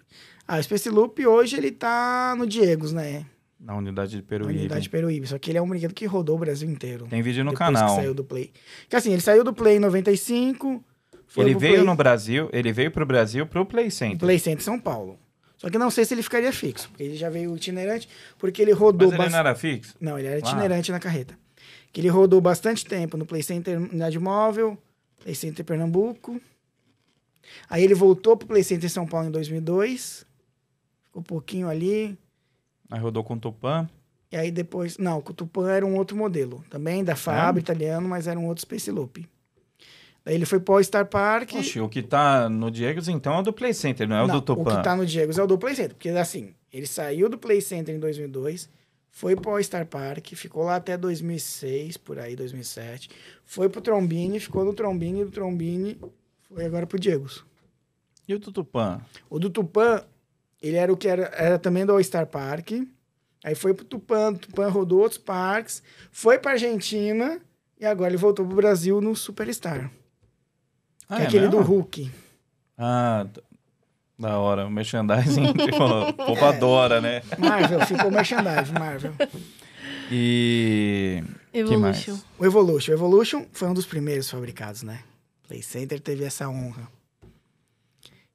S2: Ah, o Space Loop hoje ele tá no Diegos, né?
S1: na unidade de
S2: Na
S1: Peruíbe.
S2: unidade Peruíbe. Só que ele é um brinquedo que rodou o Brasil inteiro.
S1: Tem vídeo no
S2: depois
S1: canal.
S2: Que saiu do Play. Que assim, ele saiu do Play em 95. foi
S1: Ele
S2: pro
S1: veio
S2: Play...
S1: no Brasil, ele veio pro Brasil pro Play Center.
S2: Play Center São Paulo. Só que não sei se ele ficaria fixo, porque ele já veio itinerante, porque ele
S1: Mas
S2: rodou
S1: ele
S2: bas-
S1: não era fixo?
S2: Não, ele era
S1: Ah.
S2: itinerante na carreta. Que ele rodou bastante tempo no Play Center Unidade Móvel, Play Center Pernambuco. Aí ele voltou pro Play Center São Paulo em 2002. Ficou um pouquinho ali.
S1: Aí rodou com o Tupã.
S2: E aí depois... Não, o Cutupan era um outro modelo. Também
S1: É?
S2: da Fab, italiano, mas era um outro Space Loop. Daí ele foi pro All Star Park.
S1: Oxi, o que tá no Diego's então é o do Play Center, não é
S2: Não,
S1: o do Tupã.
S2: O que tá no Diego é o do Play Center. Porque, assim, ele saiu do Play Center em 2002, foi pro All Star Park, ficou lá até 2006, por aí, 2007. Foi pro Trombini, ficou no Trombini, do Trombini, foi agora pro Diego.
S1: E o do Tupã?
S2: O do Tupã, ele era o que era, era também do All Star Park. Aí foi pro Tupã, o Tupã rodou outros parques, foi pra Argentina e agora ele voltou pro Brasil no Superstar.
S1: Ah,
S2: que é aquele do
S1: mesmo?
S2: Hulk.
S1: Ah, t- da hora. O merchandising, tipo, o povo adora, né?
S2: Marvel, ficou merchandise, Marvel.
S1: E...
S3: Evolution.
S1: mais?
S2: O Evolution. O Evolution foi um dos primeiros fabricados, né? Play Center teve essa honra.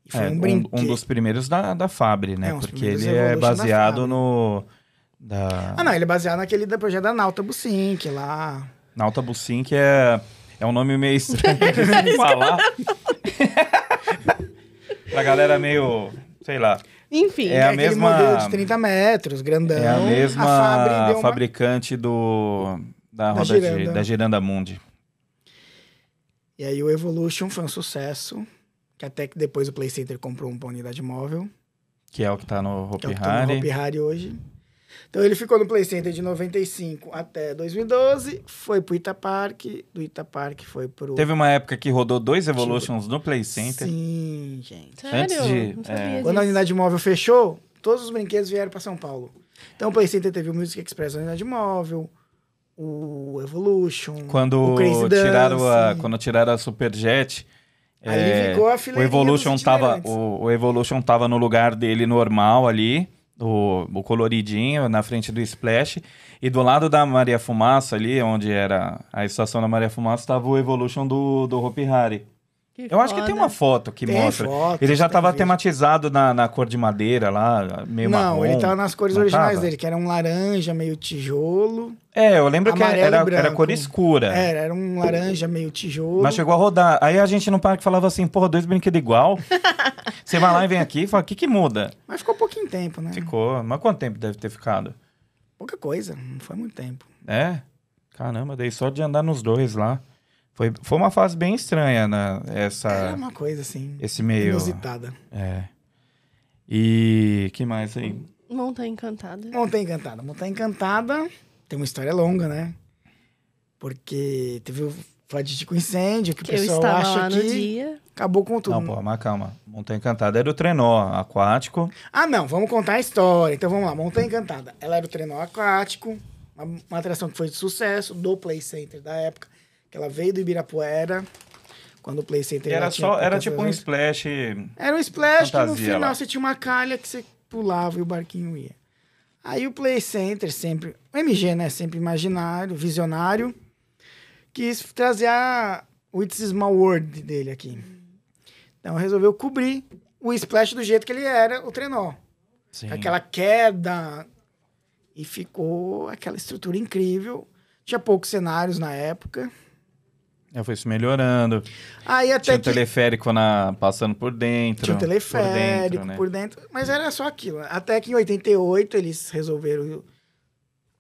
S2: E foi
S1: é,
S2: um
S1: um,
S2: brinquedo.
S1: um dos primeiros da, da Fabre, né?
S2: É, um dos
S1: Porque
S2: primeiros
S1: ele é
S2: Evolution da
S1: baseado
S2: Fabre.
S1: no... Da...
S2: Ah, não, ele é baseado naquele da projeto da Nauta Bucink lá.
S1: Nauta Bussin, que é, é um nome meio estranho de se falar. pra galera meio, sei lá,
S3: Enfim.
S1: É a
S2: aquele
S1: mesma-
S2: modelo de 30 metros, grandão.
S1: é a mesma
S2: Fabre Então, deu uma-
S1: fabricante do da roda
S2: Giranda.
S1: de, da Giranda Mundi.
S2: E aí o Evolution foi um sucesso. Que até que depois o Play Center comprou um uma unidade móvel.
S1: Que é o que tá no Hopi
S2: que é o que tá no
S1: Hari.
S2: Hopi Hari hoje. Então ele ficou no Play Center de 95 até 2012. Foi pro Ita Park. Do Ita Park foi pro...
S1: Teve uma época que rodou dois Evolutions no Play Center.
S2: Tipo, Sim, gente.
S3: Sério?
S1: antes de-
S3: Não sabia
S1: é.
S3: disso.
S2: Quando a unidade móvel fechou, todos os brinquedos vieram para São Paulo. Então o Play Center teve o Music Express na unidade móvel, o Evolution,
S1: Quando
S2: o Crazy
S1: tiraram a,
S2: Dance.
S1: quando tiraram a Superjet,
S2: Aí
S1: é,
S2: ficou a
S1: o
S2: fileirinha
S1: Evolution
S2: dos
S1: tava
S2: itinerantes.
S1: o, o Evolution tava no lugar dele normal ali, o, o coloridinho na frente do Splash e do lado da Maria Fumaça ali, onde era a estação da Maria Fumaça, tava o Evolution do do Hopi Hari. Eu acho que tem
S3: foda.
S1: uma foto que
S2: Tem
S1: mostra.
S2: foto,
S1: ele já
S2: tem
S1: tava
S2: vídeo.
S1: tematizado na, na cor de madeira lá, meio
S2: Não,
S1: marrom.
S2: ele tá tava nas cores
S1: não
S2: originais
S1: tava?
S2: dele, que era um laranja meio tijolo.
S1: É, eu lembro que
S2: Amarelo
S1: era,
S2: e branco.
S1: era cor escura.
S2: Era, era um laranja meio tijolo.
S1: É. Mas chegou a rodar. Aí a gente no parque falava assim, porra, dois brinquedos igual. Você vai lá e vem aqui e fala, o que que muda?
S2: Mas ficou pouquinho tempo, né?
S1: Ficou. Mas quanto tempo deve ter ficado?
S2: Pouca coisa, não foi muito tempo.
S1: É? Caramba, dei sorte de andar nos dois lá. Foi, foi uma fase bem estranha, né?
S2: Era
S1: Essa,
S2: uma coisa assim,
S1: esse meio...
S2: inusitada.
S1: É. E que mais aí?
S3: Montanha tá Encantada.
S2: Montanha Encantada. Montanha Encantada tem uma história longa, né? Porque teve o fatídico incêndio que,
S3: Que
S2: o
S3: eu
S2: pessoal
S3: estava
S2: acha
S3: lá no
S2: que é
S3: dia.
S2: acabou com tudo.
S1: Não, pô, mas calma. Montanha Encantada era o trenó aquático.
S2: Ah, não, vamos contar a história. Então vamos lá, Montanha Encantada. Ela era o trenó aquático, uma, uma atração que foi de sucesso do Play Center da época, que ela veio do Ibirapuera, quando o Play Center
S1: Era,
S2: lá tinha
S1: só, era
S2: poucas
S1: tipo um
S2: coisas.
S1: splash.
S2: Era um splash que no
S1: fantasia
S2: final
S1: lá.
S2: você tinha uma calha que você pulava e o barquinho ia. Aí o Play Center sempre, o MG, né, sempre imaginário, visionário, quis trazer a o It's a Small World dele aqui. Então resolveu cobrir o splash do jeito que ele era, o trenó
S1: Sim.
S2: aquela queda. E ficou aquela estrutura incrível. Tinha poucos cenários na época.
S1: Eu fui se melhorando.
S2: Aí até
S1: Tinha um
S2: que
S1: teleférico na, passando por dentro.
S2: tinha um teleférico por
S1: Por
S2: dentro,
S1: dentro, né?
S2: mas era só aquilo. Até que em 88 eles resolveram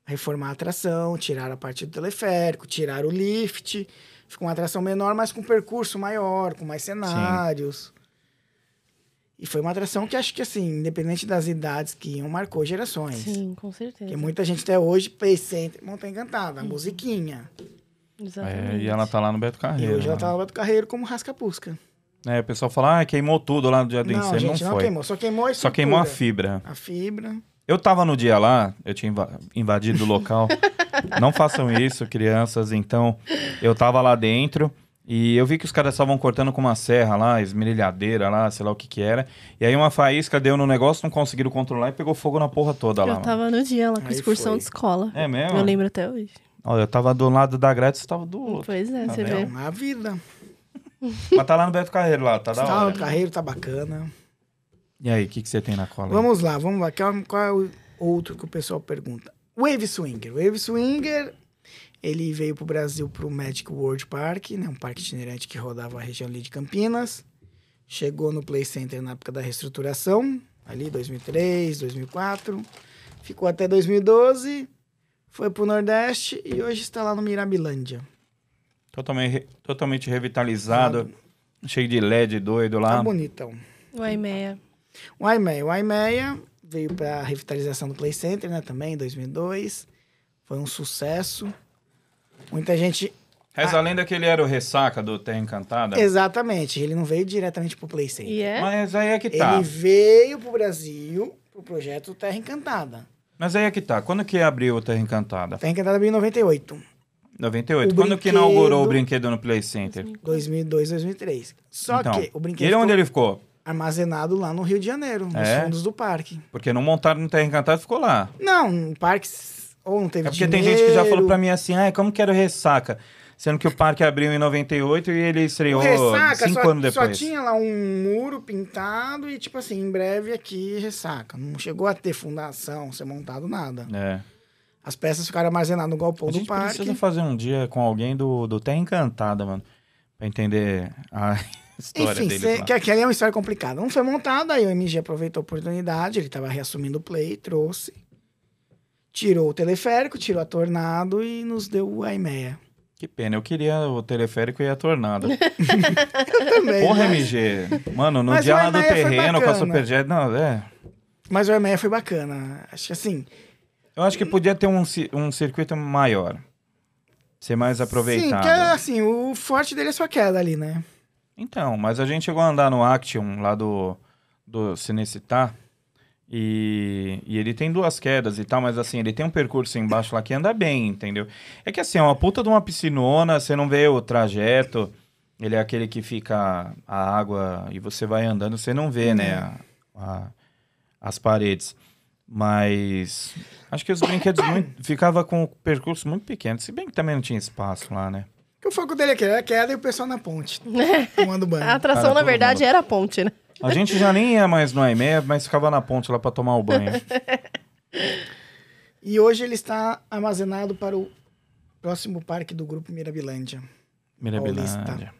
S2: reformar a atração, tiraram a parte do teleférico, tiraram o lift. Ficou uma atração menor, mas com percurso maior, com mais cenários. E foi uma atração que acho que, assim, independente das idades que iam, marcou gerações.
S3: Sim, com certeza.
S2: Porque muita gente até hoje, Play Center, Montanha Encantada, a musiquinha.
S1: É,
S3: Exatamente.
S1: e ela tá lá no Beto
S2: E
S1: Carreiro.
S2: hoje ela
S1: né?
S2: tá lá do carreiro como rasca-pusca.
S1: É, o pessoal fala, ah, queimou tudo lá no dia do
S2: Não,
S1: incêndio.
S2: gente, não,
S1: não foi.
S2: queimou. Só queimou a
S1: Só queimou a
S2: estrutura.
S1: fibra.
S2: A fibra.
S1: Eu tava no dia lá, eu tinha inva- invadido o local. não façam isso, crianças. Então, eu tava lá dentro e eu vi que os caras estavam cortando com uma serra lá, esmerilhadeira lá, sei lá o que que era. E aí uma faísca deu no negócio, não conseguiram controlar e pegou fogo na porra toda lá.
S3: Eu
S1: mano.
S3: tava no dia lá com
S2: Aí
S3: excursão
S2: foi.
S3: de escola.
S1: É mesmo?
S3: Eu lembro até hoje.
S1: Ó, eu tava do lado da grade, você tava do outro.
S3: Pois é,
S1: Tá
S3: você
S1: vendo?
S3: vê.
S2: Então, a vida.
S1: Mas tá lá no Beto Carreiro lá, tá da
S2: Tá
S1: hora.
S2: no carreiro, tá bacana.
S1: E aí, o que, que você tem na cola? aí?
S2: Vamos lá, vamos lá. Qual, qual é o outro que o pessoal pergunta? Wave Swinger. Wave Swinger, ele veio pro Brasil pro Magic World Park, né? Um parque itinerante que rodava a região ali de Campinas. Chegou no Play Center na época da reestruturação, ali 2003, 2004. Ficou até 2012, foi pro Nordeste e hoje está lá no Mirabilândia.
S1: Totalmente, re- totalmente revitalizado, cheio de LED doido
S2: Tá
S1: lá.
S2: bonitão.
S3: O Aimeia.
S2: O iMeia. O iMeia veio para revitalização do Play Center, né? Também, em 2002. Foi um sucesso. Muita gente...
S1: Reza a lenda que ele era o ressaca do Terra Encantada.
S2: Exatamente. Ele não veio diretamente pro Play Center.
S3: E é?
S1: Mas aí é que
S2: Ele
S1: tá.
S2: veio pro Brasil pro projeto Terra Encantada.
S1: Mas aí é que tá. Quando que abriu o Terra Encantada?
S2: Terra Encantada veio em 98.
S1: 98.
S2: O
S1: Quando que
S2: brinquedo-
S1: inaugurou o brinquedo no Play Center?
S2: 2002, 2003. Só
S1: Então,
S2: que o
S1: e
S2: brinquedo
S1: ele onde
S2: ficou
S1: ele ficou?
S2: armazenado lá no Rio de Janeiro, nos
S1: É?
S2: fundos do parque.
S1: Porque não montaram no Terra Encantada, ficou lá.
S2: Não, o parque s- ou não
S1: É
S2: teve
S1: porque tem gente que já falou
S2: dinheiro.
S1: pra mim assim, ah, como que era o ressaca? Sendo que o parque abriu em 98 e ele
S2: O
S1: estreou
S2: Ressaca
S1: cinco
S2: só,
S1: anos
S2: só
S1: depois.
S2: tinha lá um muro pintado e, tipo assim, em breve aqui Ressaca. Não chegou a ter fundação, ser montado, nada.
S1: É.
S2: As peças ficaram armazenadas no galpão
S1: A
S2: do
S1: gente
S2: parque.
S1: precisa fazer um dia com alguém do, do Terra Encantada, mano. Pra entender a história
S2: Enfim,
S1: deles
S2: cê-
S1: lá.
S2: que aquela é uma história complicada. Não foi montado, aí o MG aproveitou a oportunidade, ele tava reassumindo o play, trouxe. Tirou o teleférico, tirou a Tornado e nos deu o Aimeia.
S1: Que pena, eu queria o teleférico e a tornada.
S2: Também.
S1: Porra,
S2: né?
S1: MG. Mano, no
S2: Mas
S1: dia
S2: o
S1: lá do
S2: Emaia foi
S1: terreno com a
S2: bacana.
S1: Superjet. Não, é.
S2: Mas o Aimeia foi bacana. Acho que assim,
S1: Eu acho que podia ter um, ci- um circuito maior. Ser mais
S2: sim,
S1: aproveitado.
S2: porque assim, o forte dele é sua queda ali, né?
S1: Então, mas a gente chegou a andar no Action lá do, do Cinecittà. E, e ele tem duas quedas e tal, mas assim, ele tem um percurso embaixo lá que anda bem, entendeu? É que assim, é uma puta de uma piscinona, você não vê o trajeto. Ele é aquele que fica a água e você vai andando, você não vê, né? a- a- as paredes. Mas acho que os brinquedos muito, ficava com o percurso muito pequeno. Se bem que também não tinha espaço lá, né?
S2: Porque o foco dele é que era queda e o pessoal na ponte, tomando banho.
S3: A atração,
S1: Cara,
S3: na
S1: todo
S3: verdade,
S1: mundo.
S3: era a ponte, né?
S1: A gente já nem ia mais no AIME, mas ficava na ponte lá pra tomar o banho.
S2: E hoje ele está armazenado para o próximo parque do Grupo Mirabilândia.
S1: Mirabilândia.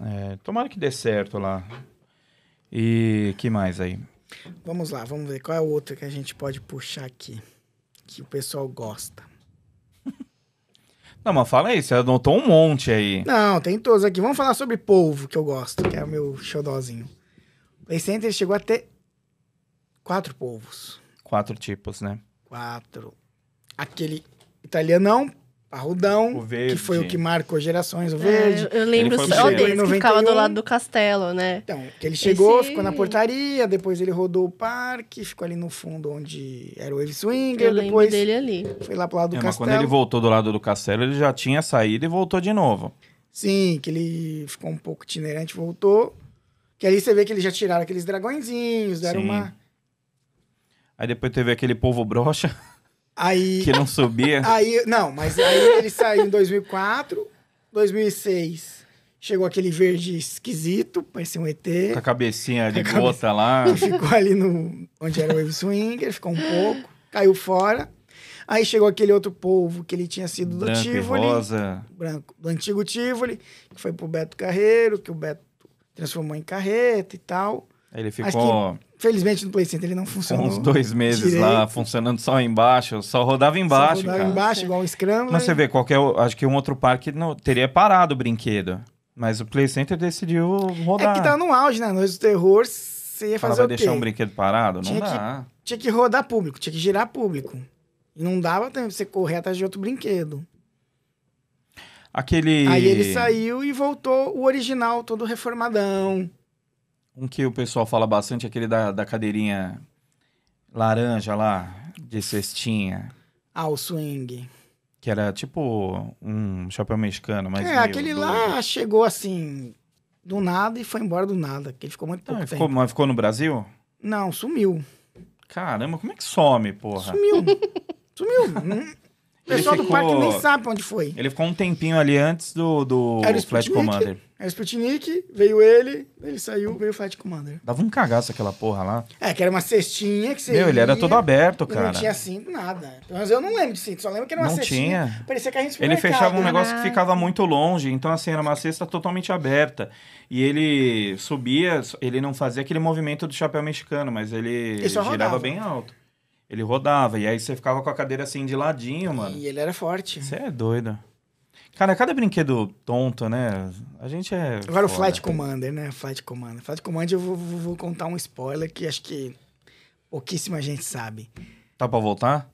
S1: É, tomara que dê certo lá. E que mais aí?
S2: Vamos lá, vamos ver qual é o outro que a gente pode puxar aqui. Que o pessoal gosta.
S1: Não, mas fala aí, você anotou um monte aí.
S2: Não, tem todos aqui. Vamos falar sobre polvo, que eu gosto, que é o meu xodózinho. O Play Center chegou a ter quatro polvos.
S1: Quatro tipos, né?
S2: Quatro. Aquele italianão, parrudão,
S1: O verde.
S2: Um que foi o que marcou gerações, o
S3: É,
S2: verde. um.
S3: eu- eu lembro
S1: foi
S3: só
S1: pro
S3: desse
S2: Chile.
S3: que ficava do
S2: 91.
S3: lado do castelo, né?
S2: Então, que ele chegou,
S3: Esse-
S2: ficou na portaria, depois ele rodou o parque, ficou ali no fundo onde era o Wave Swinger,
S3: Eu lembro
S2: depois
S3: dele ali.
S2: foi lá pro lado do
S1: É, mas
S2: castelo.
S1: quando ele voltou do lado do castelo, ele já tinha saído e voltou de novo.
S2: Sim, que ele ficou um pouco itinerante, voltou. Que ali você vê que eles já tiraram aqueles dragõezinhos, deram
S1: Sim.
S2: uma.
S1: Aí depois teve aquele povo brocha
S2: Aí.
S1: que não subia.
S2: Aí. Não, mas aí ele saiu em 2004, 2006. Chegou aquele verde esquisito, parecia um ET.
S1: Com a cabecinha de
S2: Com a cabe-
S1: gota lá.
S2: que Ah, ficou ali no onde era o Wave Swinger, ficou um pouco, caiu fora. Aí chegou aquele outro polvo que ele tinha sido do
S1: Branco e
S2: Tivoli,
S1: rosa.
S2: branco, do antigo Tivoli, que foi pro Beto Carreiro, que o Beto transformou em carreta e tal.
S1: Aí Ele
S2: que
S1: ficou
S2: Felizmente no Play Center ele não funcionou.
S1: uns dois meses lá,
S2: Uhum. direito.
S1: funcionando só embaixo. Só rodava embaixo,
S2: Só rodava
S1: cara.
S2: embaixo, igual um Scrambler.
S1: Mas você vê, qualquer, acho que um outro parque não, teria parado o brinquedo. Mas o Play Center decidiu rodar.
S2: É que tá no auge, né? Noite do terror, você ia
S1: Fala, vai
S2: fazer o quê?
S1: deixar um brinquedo parado? Não
S2: Tinha que-
S1: dá.
S2: Tinha que rodar público, tinha que girar público. E não dava tempo de você correr atrás de outro brinquedo.
S1: Aquele.
S2: Aí ele saiu e voltou o original, todo reformadão.
S1: Um que o pessoal fala bastante, aquele da, da cadeirinha laranja lá, de cestinha.
S2: Ah, o swing.
S1: Que era tipo um chapéu mexicano, mas.
S2: é,
S1: meio
S2: aquele
S1: doido.
S2: lá chegou assim, do nada e foi embora do nada. Que ele ficou muito
S1: Não,
S2: pouco
S1: ele
S2: tempo.
S1: Ah, ficou, mas ficou no Brasil?
S2: Não, sumiu.
S1: Caramba, como é que some, porra?
S2: Sumiu. sumiu. Hum. O
S1: Ele
S2: pessoal do
S1: ficou-
S2: parque nem sabe pra onde foi.
S1: Ele ficou um tempinho ali antes do, do
S2: Era o
S1: Flash
S2: Sputnik.
S1: Commander.
S2: Era o É Sputnik, veio ele, ele saiu, veio o Flight Commander.
S1: Dava um cagaço aquela porra lá.
S2: É, que era uma cestinha que você
S1: Meu, ele era
S2: ia,
S1: todo aberto,
S2: e
S1: cara.
S2: Não tinha cinto, nada. Mas eu não lembro de cinto, só lembro que era uma
S1: Não
S2: cestinha.
S1: tinha.
S2: Parecia carrinho de
S1: Ele
S2: supermercado,
S1: fechava um
S2: né?
S1: negócio que ficava muito longe, então assim, era uma cesta totalmente aberta. E ele subia, ele não fazia aquele movimento do chapéu mexicano, mas ele
S2: Ele só
S1: girava
S2: rodava.
S1: bem alto. Ele rodava, e aí você ficava com a cadeira assim de ladinho, mano.
S2: né? E ele era forte.
S1: Você é doido. Cara, cada brinquedo tonto, né? A gente é.
S2: Agora o
S1: foda.
S2: Flight Commander, né? Flight Commander. Flight Commander, eu vou, vou- vou contar um spoiler que acho que pouquíssima gente sabe.
S1: Tá pra voltar?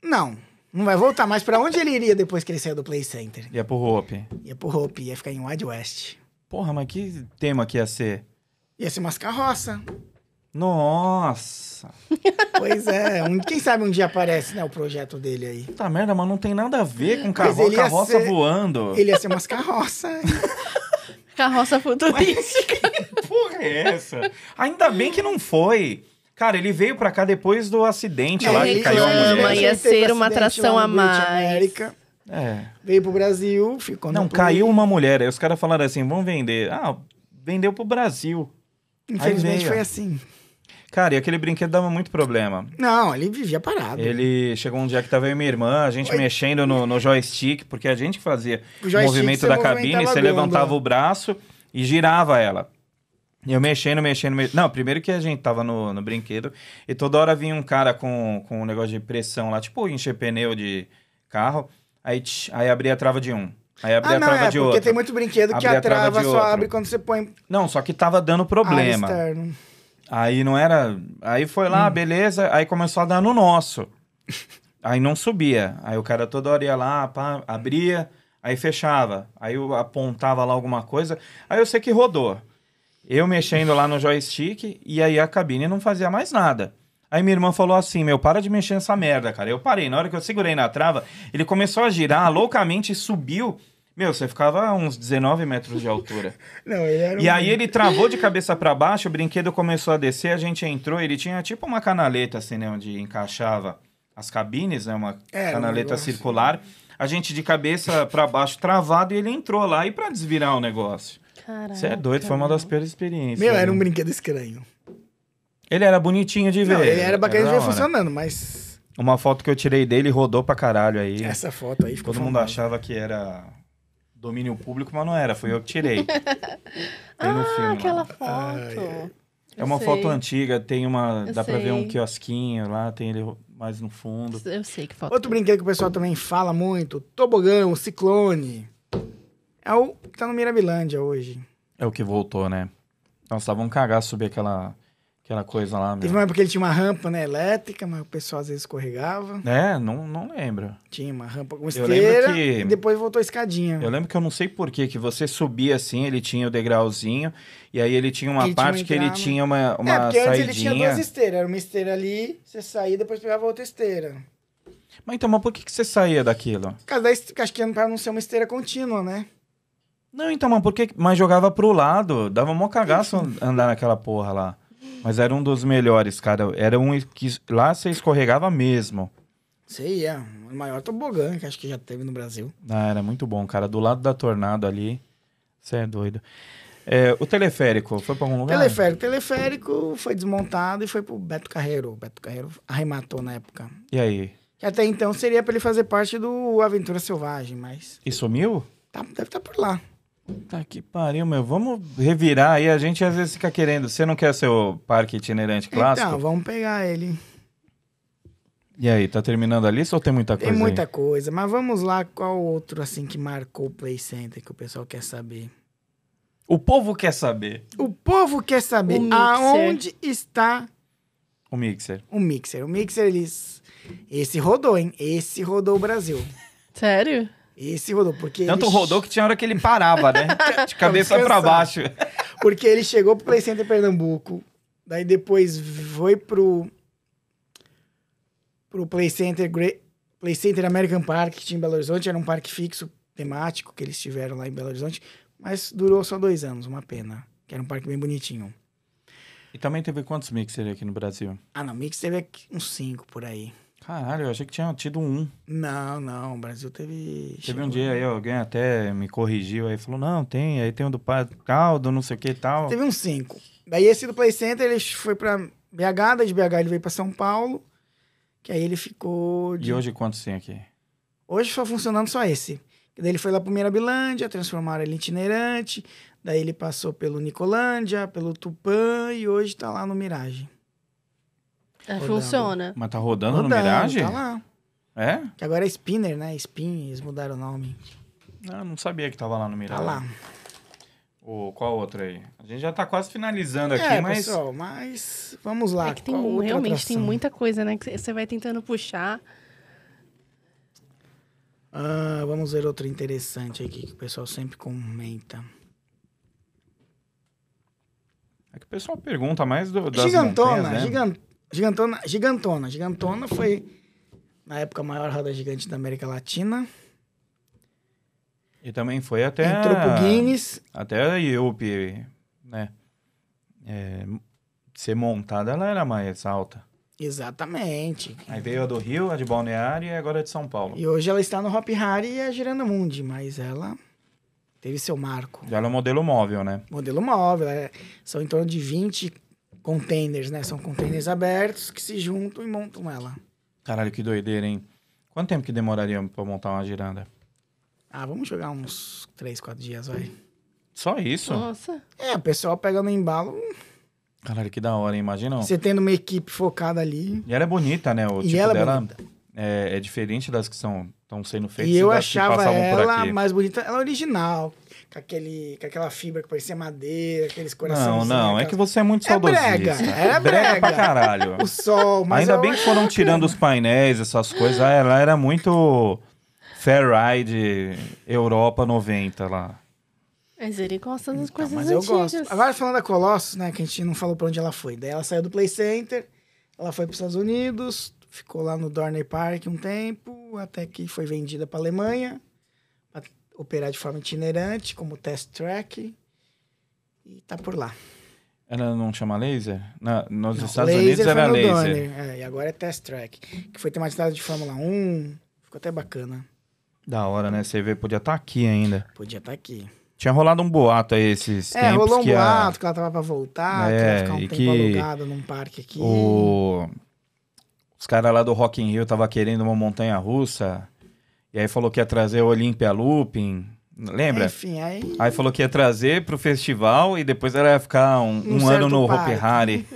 S2: Não, não vai voltar mais. Pra onde ele iria depois que ele saiu do Play Center?
S1: E é pro Hope.
S2: Ia pro Hope, ia ficar em Wide West.
S1: Porra, mas que tema que ia ser?
S2: Ia ser umas carroça.
S1: Nossa!
S2: Pois é, um- quem sabe um dia aparece, né, o projeto dele aí.
S1: Puta merda, mas não tem nada a ver com
S2: Mas
S1: carro,
S2: ele ia
S1: carroça
S2: ser-
S1: voando.
S2: Ele ia ser umas carroça.
S3: Carroça futurística.
S1: Que porra é essa? Ainda bem que não foi. Cara, ele veio pra cá depois do acidente
S3: É,
S1: lá que
S3: ele
S1: caiu a
S3: reclama,
S1: mulher.
S3: e- ia
S2: Ele teve
S3: ser uma
S2: acidente
S3: atração
S2: lá
S3: a
S2: no Great
S3: mais.
S2: America,
S1: É.
S2: veio pro Brasil, ficou no
S1: Não,
S2: Play.
S1: caiu uma mulher. Aí os caras falaram assim, vamos vender. Ah, vendeu pro Brasil. Aí
S2: Infelizmente
S1: veio.
S2: foi assim.
S1: Cara, e aquele brinquedo dava muito problema.
S2: Não, ele vivia parado.
S1: Ele chegou um dia que tava eu e minha irmã, a gente mexendo no, no joystick, porque a gente que fazia
S2: O
S1: o
S2: joystick,
S1: movimento
S2: você
S1: da cabine,
S2: movimentava é.
S1: você
S2: a
S1: levantava
S2: gôndola.
S1: o braço e girava ela. E eu mexendo, mexendo, mexendo. Não, primeiro que a gente tava no, no brinquedo e toda hora vinha um cara com, com um negócio de pressão lá, tipo encher pneu de carro, aí, tch, aí abria a trava de um, aí abria
S2: Ah,
S1: a
S2: não,
S1: trava
S2: é,
S1: de
S2: porque
S1: outro.
S2: tem muito brinquedo que
S1: Abrir
S2: a
S1: a trava
S2: trava
S1: de
S2: só
S1: outro.
S2: abre quando você põe
S1: Não, só que tava
S2: Ah,
S1: dando problema.
S2: ar externo.
S1: Aí não era. Aí foi lá, beleza. Aí começou a dar no nosso. Aí não subia. Aí o cara toda hora ia lá, pá, abria, aí fechava. Aí eu apontava lá alguma coisa. Aí eu sei que rodou. Eu mexendo lá no joystick e aí a cabine não fazia mais nada. Aí minha irmã falou assim: Meu, para de mexer nessa merda, cara. Eu parei. Na hora que eu segurei na trava, ele começou a girar loucamente e subiu. Meu, você ficava a uns 19 metros de altura.
S2: Não, ele era
S1: E
S2: um-
S1: aí ele travou de cabeça pra baixo, o brinquedo começou a descer, a gente entrou, ele tinha tipo uma canaleta assim, né, onde encaixava as cabines, né, uma
S2: Era um
S1: canaleta
S2: negócio.
S1: circular. a gente de cabeça pra baixo travado e ele entrou lá e pra desvirar o negócio.
S3: Caraca.
S1: Você é doido, foi uma das piores experiências.
S2: Meu, era
S1: né?
S2: um brinquedo estranho.
S1: Ele era bonitinho de ver.
S2: Não, ele era bacana de
S1: da
S2: ver
S1: hora.
S2: funcionando, mas
S1: Uma foto que eu tirei dele rodou pra caralho aí.
S2: essa foto aí ficou
S1: Todo mundo
S2: famosa.
S1: achava que era domínio público, mas não era. Foi eu que tirei. Tem no filme
S3: Ah,
S1: lá.
S3: aquela
S2: Ai,
S3: foto.
S1: É uma
S3: Eu
S1: foto
S3: sei.
S1: antiga, tem uma.
S3: Eu
S1: dá pra ver um
S3: sei.
S1: quiosquinho lá, tem ele mais no fundo.
S3: Eu sei que foto.
S2: Outro brinquedo que o pessoal também fala muito, o tobogão, o ciclone. É o que tá no Mirabilândia hoje.
S1: É o que voltou, né? Nossa, tava um cagaço subir aquela, aquela coisa lá,
S2: Teve
S1: meu.
S2: uma época que ele tinha uma rampa, né, elétrica, mas o pessoal às vezes escorregava.
S1: É, não, não lembro.
S2: Tinha uma rampa com
S1: lembro
S2: esteira
S1: que-
S2: e depois voltou a escadinha.
S1: Eu lembro que eu não sei por que que você subia assim, ele tinha o degrauzinho, e aí ele tinha uma
S2: Ele tinha
S3: um
S1: parte
S2: uma
S1: que ele
S2: entrada.
S1: tinha uma, uma
S2: é, porque antes ele tinha
S1: saidinha.
S2: duas esteiras. Era uma esteira ali, você saía e depois pegava outra esteira.
S1: Mas então, mas por que, que você saía daquilo?
S2: Por causa da esteira, acho que era pra não ser uma esteira contínua, né?
S1: Não, então, mas por que. Mas jogava pro lado, dava mó cagaço an- andar naquela porra lá. Mas era um dos melhores, cara. Era um que lá você escorregava mesmo.
S2: Sei, é. O maior tobogã que acho que já teve no Brasil.
S1: Ah, era muito bom, cara. Do lado da tornado ali. Você é doido. É, o teleférico, foi pra algum lugar?
S2: Teleférico. Teleférico foi desmontado e foi pro Beto Carreiro. O Beto Carreiro arrematou na época.
S1: E aí?
S2: Que até então seria pra ele fazer parte do Aventura Selvagem, mas
S1: E sumiu?
S2: tá- deve estar por lá.
S1: Puta Tá que pariu, meu. Vamos revirar aí. A gente às vezes fica querendo. Você não quer ser o parque itinerante clássico?
S2: Então, vamos pegar ele.
S1: E aí, tá terminando a lista ou tem muita
S2: Tem
S1: coisa?
S2: muita
S1: aí?
S2: coisa, mas vamos lá. Qual outro, assim, que marcou o Play Center que o pessoal quer saber?
S1: O povo quer saber.
S2: O povo quer saber
S3: O mixer.
S2: aonde está
S1: O mixer.
S2: o Mixer. O Mixer, eles... Esse rodou, hein? Esse rodou o Brasil.
S3: Sério?
S2: Esse rodou, porque...
S1: Tanto
S2: ele...
S1: rodou que tinha hora que ele parava, né? De cabeça pra
S2: descansar.
S1: baixo.
S2: Porque ele chegou pro Play Center Pernambuco, daí depois foi pro... pro Play Center... Gre- Play Center American Park, que tinha em Belo Horizonte. Era um parque fixo, temático, que eles tiveram lá em Belo Horizonte. Mas durou só dois anos, uma pena. Que era um parque bem bonitinho.
S1: E também teve quantos mixer aqui no Brasil?
S2: Ah, não, Mix teve aqui uns cinco por aí.
S1: Caralho, eu achei que tinha tido um.
S2: Não, não, o Brasil
S1: Teve
S2: teve...
S1: um
S2: chegou- né?
S1: dia aí, alguém até me corrigiu aí, falou: não, tem, aí tem o do Padre Caldo, não sei o que e tal.
S2: Teve uns cinco. Daí esse do Play Center, ele foi pra BH, daí de BH ele veio pra São Paulo, que aí ele ficou... De...
S1: E hoje quantos tem aqui?
S2: Hoje só funcionando só esse. E Daí ele foi lá pro Mirabilândia, transformaram ele em itinerante, daí ele passou pelo Nicolândia, pelo Tupã e hoje tá lá no Mirage.
S3: É,
S2: Rodando.
S3: funciona.
S1: Mas tá rodando, no
S2: Rodando,
S1: Mirage?
S2: Tá lá.
S1: É?
S2: Que agora é Spinner, né? Spin, eles mudaram o nome.
S1: Ah, não sabia que tava lá no
S2: Tá
S1: Mirage.
S2: lá.
S1: O, qual outra aí? A gente já tá quase finalizando aqui,
S2: É,
S1: mas.
S2: pessoal, mas vamos lá.
S3: é que tem,
S2: qual outra
S3: realmente tem
S2: atração?
S3: muita coisa, né? Que você vai tentando puxar.
S2: Ah, vamos ver outro interessante aqui que o pessoal sempre comenta.
S1: É que o pessoal pergunta mais do, das
S2: Gigantona,
S1: montanhas, né?
S2: gigan- gigantona, gigantona, gigantona foi na época a maior roda gigante da América Latina.
S1: E também foi até.
S2: Entrou pro Guinness.
S1: Até a IUP, né? É, ser montada, ela era mais alta.
S2: Exatamente.
S1: Aí veio a do Rio, a de Balneário e agora a de São Paulo.
S2: E hoje ela está no Hop Hari e é a Giranda Mundi, mas ela teve seu marco.
S1: Já era um modelo móvel, né?
S2: Modelo móvel, é- são em torno de 20 containers, né? São containers abertos que se juntam e montam ela.
S1: Caralho, que doideira, hein? Quanto tempo que demoraria pra montar uma giranda?
S2: Ah, vamos jogar uns 3, 4 dias, vai.
S1: Só isso?
S3: Nossa.
S2: É, o pessoal pega no embalo,
S1: Caralho, que da hora, hein? Imagina.
S2: você tendo uma equipe focada ali.
S1: E ela é bonita, né? O
S2: E
S1: tipo
S2: ela é
S1: dela
S2: bonita.
S1: é, é diferente das que estão sendo feitas
S2: E eu
S1: das que
S2: achava
S1: passavam por
S2: ela
S1: aqui.
S2: mais bonita, ela original, com, aquele, com aquela fibra que parecia madeira, aqueles
S1: Não,
S2: corações.
S1: não, é que você é muito
S2: É brega,
S1: saudosista.
S2: é brega.
S1: pra caralho.
S2: O sol, mas
S1: Ainda
S2: eu-
S1: bem que foram tirando os painéis, essas coisas. Ah, Ela era muito Fair Ride Europa 90 lá.
S3: Mas ele gosta das
S2: Não,
S3: coisas
S2: Então, mas eu
S3: antigas.
S2: gosto. Agora falando da Colossus, né, que a gente não falou pra onde ela foi. Daí ela saiu do Play Center, ela foi para os Estados Unidos, ficou lá no Dorney Park um tempo, até que foi vendida para Alemanha, pra operar de forma itinerante, como test track. E tá por lá.
S1: Ela não chama laser? Na- nos
S2: Não,
S1: Estados
S2: laser
S1: Unidos
S2: foi
S1: era
S2: no
S1: laser.
S2: Donner, é, e agora é Test Track, que foi tematizado de Fórmula 1, ficou até um. bacana.
S1: Da hora, né? Você vê, podia estar aqui ainda.
S2: Podia estar aqui.
S1: Tinha rolado um boato aí esses
S2: É,
S1: tempos
S2: rolou um
S1: que a-
S2: boato que ela tava pra voltar, que ela
S1: É,
S2: ia ficar um
S1: e
S2: tempo
S1: que
S2: alugada num parque aqui.
S1: o- os caras lá do Rock in Rio tava querendo uma montanha russa. E aí falou que ia trazer o Olympia Looping. Lembra?
S2: Enfim, aí.
S1: Aí falou que ia trazer pro festival e depois ela ia ficar um,
S2: Num
S1: um
S2: certo
S1: ano no
S2: parque.
S1: Hopi Hari.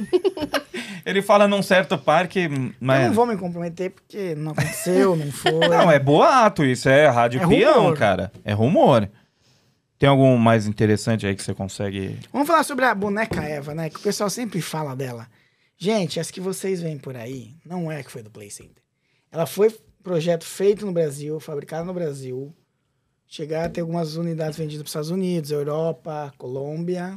S1: Ele fala num certo parque,
S2: Eu
S1: mas.
S2: não vou me comprometer porque não aconteceu, não foi.
S1: Não, é boato, isso é rádio
S2: É
S1: peão,
S2: rumor.
S1: cara. É rumor. Tem algum mais interessante aí que você consegue.
S2: Vamos falar sobre a boneca Eva, né? Que o pessoal sempre fala dela. Gente, as que vocês veem por aí, não é que foi do Play Center. Ela foi projeto feito no Brasil, fabricado no Brasil. Chegar a ter algumas unidades vendidas para os Estados Unidos, Europa, Colômbia.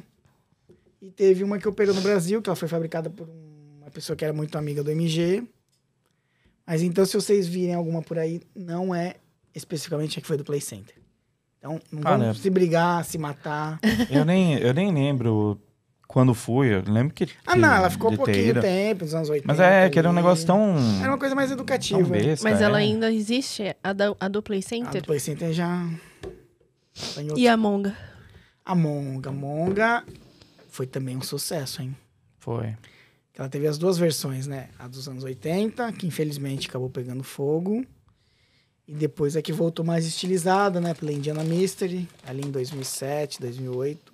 S2: E teve uma que operou no Brasil, que ela foi fabricada por uma pessoa que era muito amiga do MG. Mas então, se vocês virem alguma por aí, não é especificamente a que foi do Play Center. Então, não
S1: Ah,
S2: vamos
S1: né?
S2: se brigar, se matar.
S1: Eu nem, eu nem lembro quando fui. Eu lembro que.
S2: Ah, não, ela ficou um
S1: de ter
S2: pouquinho
S1: ido.
S2: tempo, nos anos 80.
S1: Mas é, que era um
S2: ali.
S1: negócio tão.
S2: Era né? uma coisa mais
S1: tão
S2: educativa. Ah,
S1: besta,
S3: Mas ela
S1: é.
S3: ainda existe, a, da, a do Play
S2: A do
S3: Center
S2: Play Center já. tá em outro-
S3: e a Monga.
S2: A Monga. A Monga foi também um sucesso, hein?
S1: Foi.
S2: Ela teve as duas versões, né? A dos anos 80, que infelizmente acabou pegando fogo. E depois é que voltou mais estilizada, né? Pela Indiana Mystery, ali em 2007, 2008.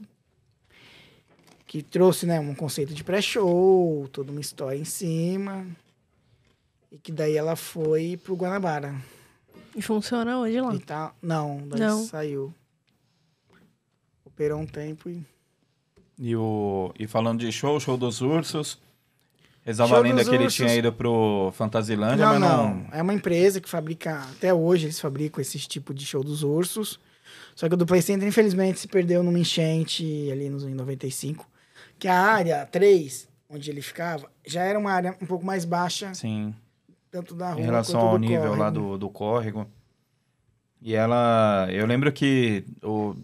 S2: Que trouxe, né? Um conceito de pré-show, toda uma história em cima. E que daí ela foi pro Guanabara.
S3: E funciona hoje lá.
S2: E tá... Não, daí
S3: Não.
S2: saiu. Operou um tempo e...
S1: E, o, e falando de show, show dos ursos. Rezava
S2: Show
S1: a lenda
S2: dos
S1: que ele
S2: ursos.
S1: tinha ido pro Fantasilândia, mas
S2: Não, não,
S1: não.
S2: É uma empresa que fabrica, até hoje eles fabricam esse tipo de show dos ursos. Só que o do Play Center, infelizmente, se perdeu numa enchente ali nos em 95. Que a área 3, onde ele ficava, já era uma área um pouco mais baixa,
S1: Sim.
S2: tanto da rua
S1: em relação
S2: quanto
S1: ao
S2: do
S1: nível lá
S2: córrego.
S1: do, do córrego. E ela. Eu lembro que o,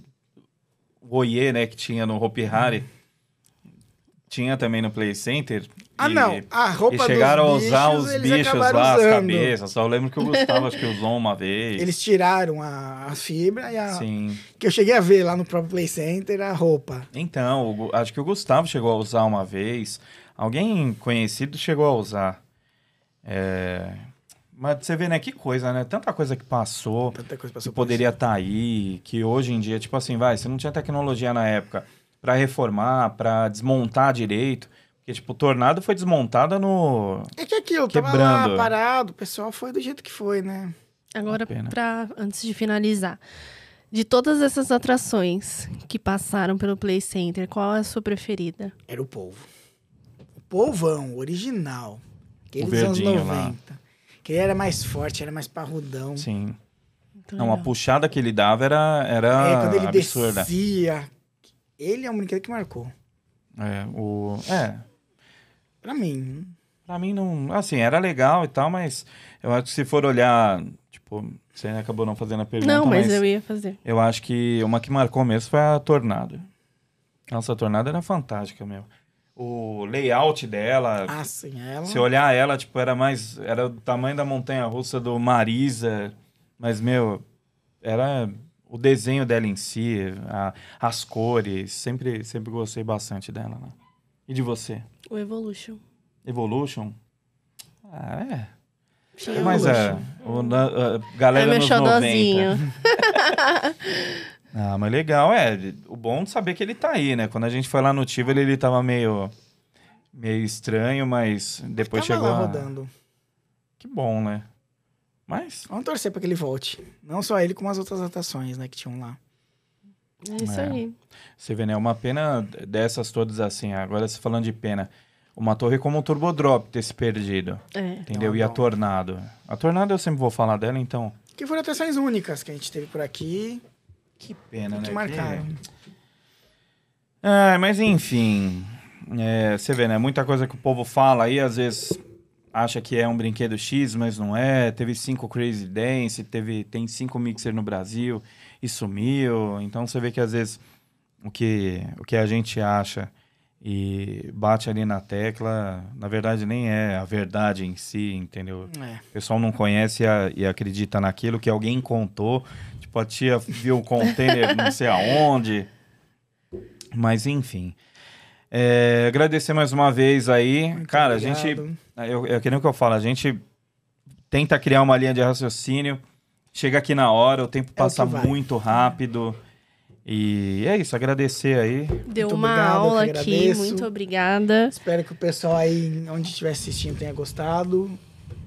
S1: o Oiê, né, que tinha no Hopi Hari, tinha também no Play Center.
S2: Ah,
S1: e,
S2: não. A roupa
S1: E chegaram
S2: dos bichos,
S1: a usar os
S2: eles
S1: bichos
S2: acabaram
S1: lá, as
S2: usando.
S1: cabeças. Só eu lembro que o Gustavo acho que usou uma vez.
S2: Eles tiraram a, a fibra e a...
S1: Sim.
S2: Que eu cheguei a ver lá no próprio Play Center, a roupa.
S1: Então, o Gu- acho que o Gustavo chegou a usar uma vez. Alguém conhecido chegou a usar. É, Mas você vê, né? Que coisa, né? Tanta coisa que passou.
S2: Tanta coisa
S1: que
S2: passou por
S1: poderia estar aí, que hoje em dia, tipo assim, vai, você não tinha tecnologia na época para reformar, para desmontar direito, porque tipo, o Tornado foi desmontada no
S2: É que aquilo, tava lá
S1: Quebrando.
S2: parado, o pessoal foi do jeito que foi, né?
S3: Agora,
S1: pena.
S3: pra, antes de finalizar, de todas essas atrações que passaram pelo Play Center, qual é a sua preferida?
S2: Era o povo. O povão, o original. Aquele
S1: O
S2: dos anos
S1: verdinho
S2: 90.
S1: lá.
S2: Que ele era mais forte, era mais parrudão.
S1: sim.
S3: Muito
S1: Não, a
S3: legal.
S1: puxada que ele dava era era
S2: é, quando ele
S1: absurda.
S2: descia. Ele é um brinquedo que marcou.
S1: É, o é,
S2: Pra mim.
S1: para mim não, assim, era legal e tal, mas eu acho que se for olhar, tipo, você acabou não tá fazendo a pergunta,
S3: Não, mas
S1: mas
S3: eu ia fazer.
S1: Eu acho que uma que marcou mesmo foi a Tornado. Nossa, a Tornado era fantástica mesmo. O layout dela,
S2: Ah, sim, ela.
S1: se olhar ela, tipo, era mais. Era o tamanho da montanha russa do Marisa. Mas, meu, era o desenho dela em si, a- as cores. Sempre, sempre gostei bastante dela, né? E de você?
S3: O Evolution.
S1: Evolution? Ah, é.
S3: Tinha
S1: Mas
S3: um.
S1: é. O, na- a galera
S3: é meu
S1: nos 90.
S3: xodózinho.
S1: Ah, mas legal, é. O bom de saber que ele tá aí, né? Quando a gente foi lá no Tivoli, ele tava meio, meio estranho, mas depois
S2: tava
S1: chegou.
S2: lá
S1: a-
S2: rodando.
S1: Que bom, né? Mas.
S2: Vamos torcer pra que ele volte. Não só ele, como as outras atrações, né, que tinham lá.
S3: É isso
S1: É.
S3: aí.
S1: Você vê, né? Uma pena dessas todas assim. Agora, se falando de pena, uma torre como um turbodrop ter se perdido.
S2: Então,
S3: É.
S1: Entendeu?
S2: Não,
S1: e a
S2: não.
S1: tornado. A tornado eu sempre vou falar dela, então.
S2: Que foram atrações únicas que a gente teve por aqui.
S1: Que pena,
S2: e
S1: né?
S2: que marcaram.
S1: Ah, mas enfim. É, você vê, né? Muita coisa que o povo fala aí, às vezes acha que é um brinquedo X, mas não é. Teve cinco Crazy Dance, teve, tem cinco Mixer no Brasil e sumiu. Então você vê que às vezes o que, o que a gente acha e bate ali na tecla. Na verdade, nem é a verdade em si, entendeu?
S2: É.
S1: O pessoal não conhece a- e acredita naquilo que alguém contou. Tipo, a tia viu um container não sei aonde. Mas, enfim. É, agradecer mais uma vez aí.
S2: Muito
S1: Cara, a gente
S2: obrigado.
S1: eu, é que nem o que eu falo, a gente tenta criar uma linha de raciocínio, chega aqui na hora, o tempo passa
S2: É vai.
S1: muito rápido. E é isso, agradecer aí.
S3: Deu
S2: Muito obrigado,
S3: uma
S2: eu que
S3: aula aqui,
S2: agradeço.
S3: muito obrigada.
S2: Espero que o pessoal aí, onde estiver assistindo, tenha gostado.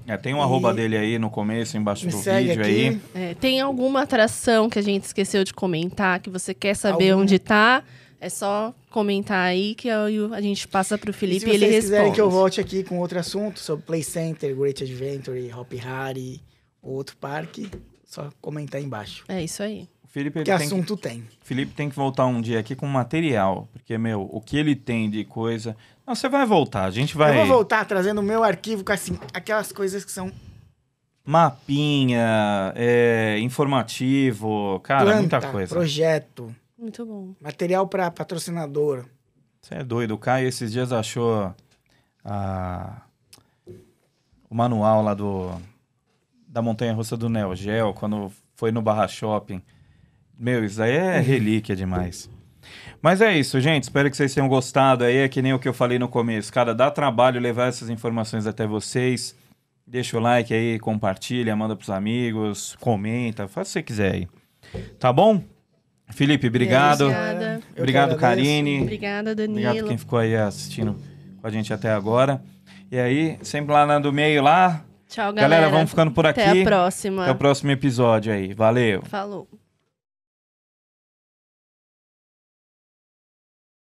S1: É, tem um
S2: E-
S1: arroba dele aí no começo, embaixo
S2: Me
S1: do
S2: segue
S1: vídeo aí.
S2: aqui.
S3: É, tem alguma atração que a gente esqueceu de comentar, que você quer saber
S2: Alguma?
S3: onde tá? É só comentar aí que eu- a gente passa pro
S2: E se
S3: Felipe e,
S2: vocês
S3: ele
S2: quiserem
S3: responde.
S2: que eu volte aqui com outro assunto, sobre Play Center, Great Adventure, Hop Harry, ou outro parque, só comentar aí embaixo.
S3: É isso aí.
S1: O Felipe, ele
S2: Que
S1: tem que-
S2: assunto tem?
S1: Felipe tem que voltar um dia aqui com material, porque, meu, o que ele tem de coisa. Não, você vai voltar, a gente vai.
S2: Eu vou voltar trazendo o meu arquivo com assim, aquelas coisas que são
S1: Mapinha, é, informativo, cara,
S2: planta,
S1: muita coisa.
S2: projeto,
S3: Muito bom.
S2: material para patrocinador.
S1: Você é doido. O Caio esses dias achou a- o manual lá do da Montanha Russa do Neo Geo, quando foi no Barra Shopping. Meu, isso aí é relíquia demais. Mas é isso, gente. Espero que vocês tenham gostado. Aí é que nem o que eu falei no começo. Cara, dá trabalho levar essas informações até vocês. Deixa o like aí, compartilha, manda pros amigos, comenta, faz o que você quiser aí. Tá bom? Felipe, obrigado.
S3: Obrigada.
S2: É Eu que
S1: Obrigado,
S2: agradeço.
S1: Karine.
S3: Obrigada, Danilo.
S1: Obrigado quem ficou aí assistindo com a gente até agora. E aí, sempre lá na do meio lá.
S3: Tchau,
S1: Galera,
S3: galera.
S1: vamos ficando por aqui.
S3: Até a próxima.
S1: Até o próximo episódio aí. Valeu.
S3: Falou.